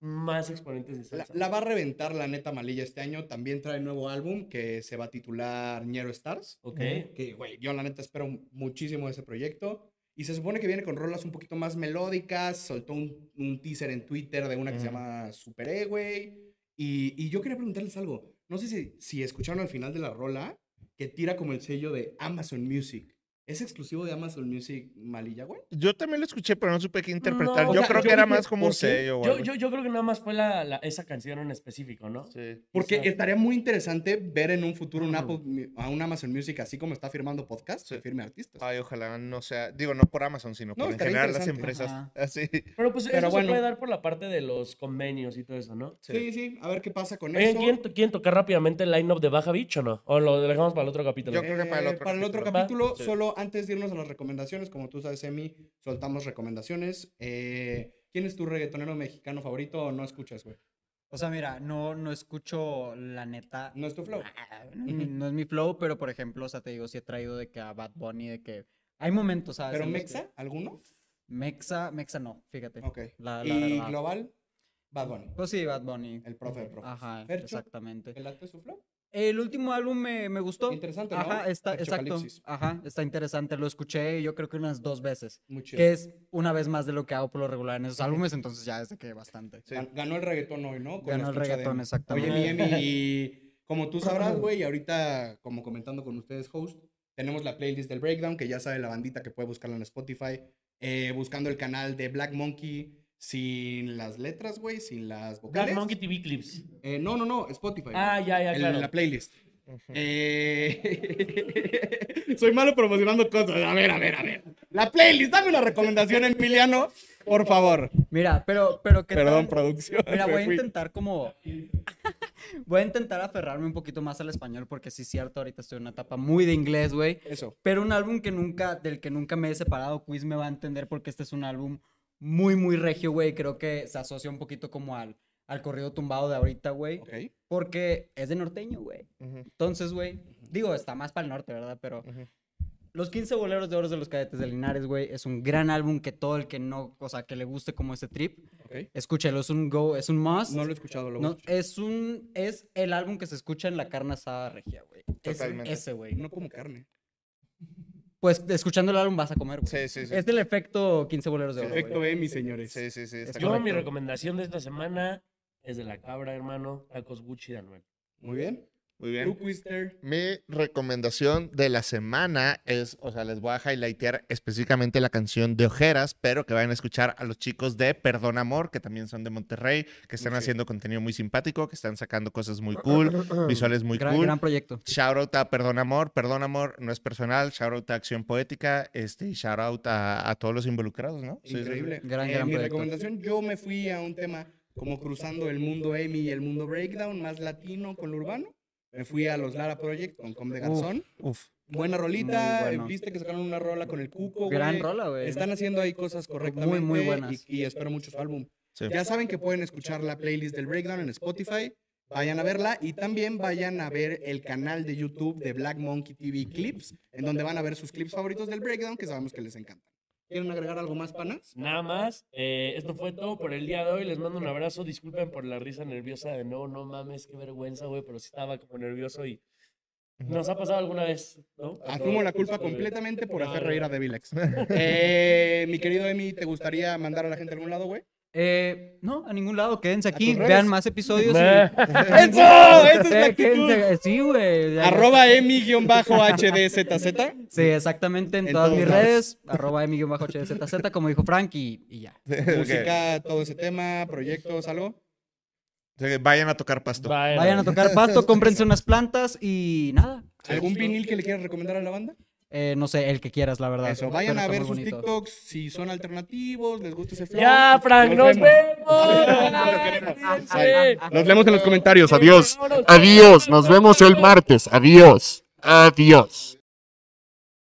S2: más exponentes de
S1: La,
S2: salsa.
S1: la va a reventar la neta Malilla este año. También trae nuevo álbum que se va a titular Ñero Stars.
S2: Ok.
S1: Que, güey, yo la neta espero muchísimo ese proyecto. Y se supone que viene con rolas un poquito más melódicas. Soltó un, un teaser en Twitter de una que se
S3: Ujú.
S1: llama Super E, güey. Y, y yo quería preguntarles algo. No sé si, si escucharon al final de la rola que tira como el sello de Amazon Music. ¿Es exclusivo de Amazon Music Malilla, güey?
S3: Yo también lo escuché, pero no supe qué interpretar.
S2: No, o
S3: yo
S2: sea,
S3: creo
S2: yo
S3: que era
S1: dije,
S3: más como un
S1: ¿por qué?
S3: sello. o
S2: Yo,
S3: algo.
S2: yo, yo creo que nada más fue la, la- esa canción en específico, ¿no?
S3: Sí.
S1: Porque
S2: Quizá.
S1: estaría muy interesante ver en un futuro un
S2: Ujú.
S1: Apple Mu- a un Amazon Music, así como está firmando podcast,
S3: Sí.
S1: que firme artistas.
S3: Ay, ojalá no sea. Digo, no por Amazon, sino
S1: No,
S3: por en
S1: estaría
S3: general las
S1: interesante.
S3: empresas.
S4: Ajá.
S3: Así. <laughs>
S2: Pero pues
S1: Pero
S2: eso
S1: bueno.
S2: se puede dar por la parte de los convenios y todo eso, ¿no?
S1: Sí, sí, a ver qué pasa con
S2: Oigan,
S1: eso.
S2: ¿quieren, to- quieren tocar rápidamente el line-up de Baja Beach o no? ¿O lo dejamos para el otro capítulo?
S3: Yo creo que para
S1: Eh,
S3: el otro capítulo.
S1: capítulo,
S3: Sí.
S1: solo antes de irnos a las recomendaciones, como tú sabes, Emi, soltamos recomendaciones. Eh, ¿Quién es tu reggaetonero mexicano favorito o no escuchas, güey?
S4: O sea, mira, no, no escucho la neta.
S1: ¿No es tu flow?
S4: Ah, No, es mi- no es mi flow, pero por ejemplo, o sea, te digo, si he traído de que a Bad Bunny, de que hay momentos, ¿sabes?
S1: ¿Pero
S4: en los que-
S1: Mexa? ¿Alguno?
S4: Mexa, Mexa no, fíjate.
S1: Ok.
S4: La- Ah, la
S1: ¿Y
S4: verdad.
S1: global? Bad Bunny.
S4: Pues sí, Bad Bunny.
S1: El profe del profe.
S4: Ajá,
S1: Fercho,
S4: exactamente.
S1: ¿Te late su flow?
S4: El último álbum me, me gustó.
S1: Interesante, ¿no?
S4: Ajá, está, exacto.
S1: Ferchocalipsis.
S4: Ajá, está interesante. Lo escuché yo creo que unas dos veces.
S1: Muy chido.
S4: Que es una vez más de lo que hago por lo regular
S1: <laughs>
S4: en esos álbumes, entonces ya es de que bastante.
S3: Sí.
S1: Gan- Ganó el reggaetón hoy, ¿no? Con la
S4: Ganó el
S1: escucha de
S4: reggaetón,
S1: Emi.
S4: exactamente.
S1: Oye, mi Emi,
S4: <laughs>
S1: y como tú sabrás, güey, y ahorita, como comentando con ustedes, host, tenemos la playlist del Breakdown, que ya sabe la bandita que puede buscarla en Spotify, eh, buscando el canal de Black Monkey sin las letras, güey, sin las vocales.
S2: Black Monkey TV Clips.
S1: Eh, no, no, no, Spotify. güey,
S2: Ah, ya, ya,
S1: en
S2: claro.
S1: la playlist. Eh, <laughs> Soy malo promocionando cosas. A ver, a ver, a ver. La playlist, dame una recomendación, Emiliano, por favor.
S4: Mira, pero, pero ¿qué
S1: Perdón,
S4: tal?
S1: producción.
S4: Mira,
S1: me
S4: voy a
S1: fui.
S4: intentar como... voy a intentar aferrarme un poquito más al español porque sí es cierto, ahorita estoy en una etapa muy de inglés, güey.
S1: Eso.
S4: Pero un álbum que nunca, del que nunca me he separado, Quiz me va a entender porque este es un álbum muy, muy regio, güey. Creo que se asocia un poquito como al, al corrido tumbado de ahorita, güey.
S1: Ok.
S4: Porque es de norteño, güey.
S3: Ujú,
S4: Entonces, güey, digo, está más para el norte, ¿verdad? Pero
S3: ujú.
S4: los 15 boleros de oro de los cadetes de Linares, güey, es un gran álbum que todo el que no, o sea, que le guste como este trip,
S1: Ok.
S4: escúchelo, es un go, es un must.
S1: No lo he escuchado, lo voy a
S4: No,
S1: escuchar.
S4: es un, es el álbum que se escucha en la carne asada regia, güey. Es
S3: Totalmente.
S4: ese, güey.
S1: No como carne.
S4: Pues escuchando el álbum vas a comer, güey.
S3: Sí, sí, sí.
S4: Es del efecto 15 boleros de oro, güey.
S1: Perfecto, eh, mis señores.
S3: Sí, sí, sí. está
S2: Yo, mi
S3: correcto.
S2: recomendación de esta semana es de la cabra, hermano. Tacos Gucci de <clears throat> Anuel.
S1: Muy bien.
S3: Muy
S1: Tú,
S3: bien.
S1: Quister.
S3: Mi recomendación de la semana es, o sea, les voy a highlightear específicamente la canción de Ojeras, pero que vayan a escuchar a los chicos de Perdón Amor, que también son de Monterrey, que están
S1: Ok. Ah,
S3: haciendo contenido muy simpático, que están sacando cosas muy cool, visuales muy
S4: gran,
S3: cool.
S4: gran proyecto.
S3: Shout out a Perdón Amor, Perdón Amor no es personal, shout out a Acción Poética, este, y shout out a, a todos los involucrados, ¿no? Sí, sí, sí.
S1: Increíble.
S4: Gran,
S1: Eh,
S4: gran
S1: mi
S4: proyecto.
S1: recomendación, yo me fui a un tema como cruzando el mundo Emi y el mundo Breakdown, más latino con lo urbano. Me fui a los Lara Project con Com de Garzón.
S3: Uf,
S1: Buena rolita.
S4: Muy bueno.
S1: Viste que sacaron una rola con el Cuco, güey.
S4: Gran rola, güey.
S1: Están haciendo ahí cosas correctamente.
S4: Muy, muy buenas.
S1: Y, y espero mucho su álbum.
S3: sí. <laughs>
S1: Ya saben que pueden escuchar la playlist del Breakdown en Spotify. Vayan a verla y también vayan a ver el canal de YouTube de Black Monkey TV Clips, en donde van a ver sus clips favoritos del Breakdown, que sabemos que les encantan. ¿Quieren agregar algo más, panas?
S2: Nada más. eh, esto fue todo por el día de hoy. Les mando un abrazo. Disculpen por la risa nerviosa de nuevo. No mames, qué vergüenza, güey. Pero sí estaba como nervioso y. Nos ha pasado alguna vez, ¿no?
S1: Asumo Ah, la culpa
S2: Sobre-
S1: completamente por hacer reír a Devilex. Eh, mi querido Emi, ¿te gustaría mandar a la gente a algún lado, güey?
S4: Eh, no, a ningún lado, quédense
S1: tus
S4: aquí,
S1: redes.
S4: vean más episodios. y-
S2: Nah.
S1: ¡Eso! ¡Esa es la
S4: <laughs> Eh,
S1: actitud!
S4: quédense- Sí, güey. ya-
S1: Arroba Emi-HDZZ.
S4: Sí, exactamente, en,
S1: En
S4: todas
S1: todos
S4: mis
S1: lados.
S4: redes, arroba emi-hzzz, como dijo Frank, y, y ya.
S1: Música, todo ese tema, proyectos, algo.
S3: O sea, Vayan a tocar pasto.
S2: Bye,
S4: Vayan a
S2: hermano.
S4: tocar pasto, cómprense unas plantas y nada.
S1: ¿Algún vinil que le quieras recomendar a la banda?
S4: eh, no sé, el que quieras, la verdad.
S1: Eso,
S4: pero
S1: vayan a
S4: está
S1: ver
S4: muy
S1: sus
S4: bonito.
S1: TikToks si son alternativos, les gusta ese flow.
S2: Ya, Frank, nos
S1: vemos.
S2: vemos.
S1: Bye. Nos leemos en los comentarios. Adiós.
S2: Adiós, nos vemos el martes.
S5: martes. Adiós. Adiós.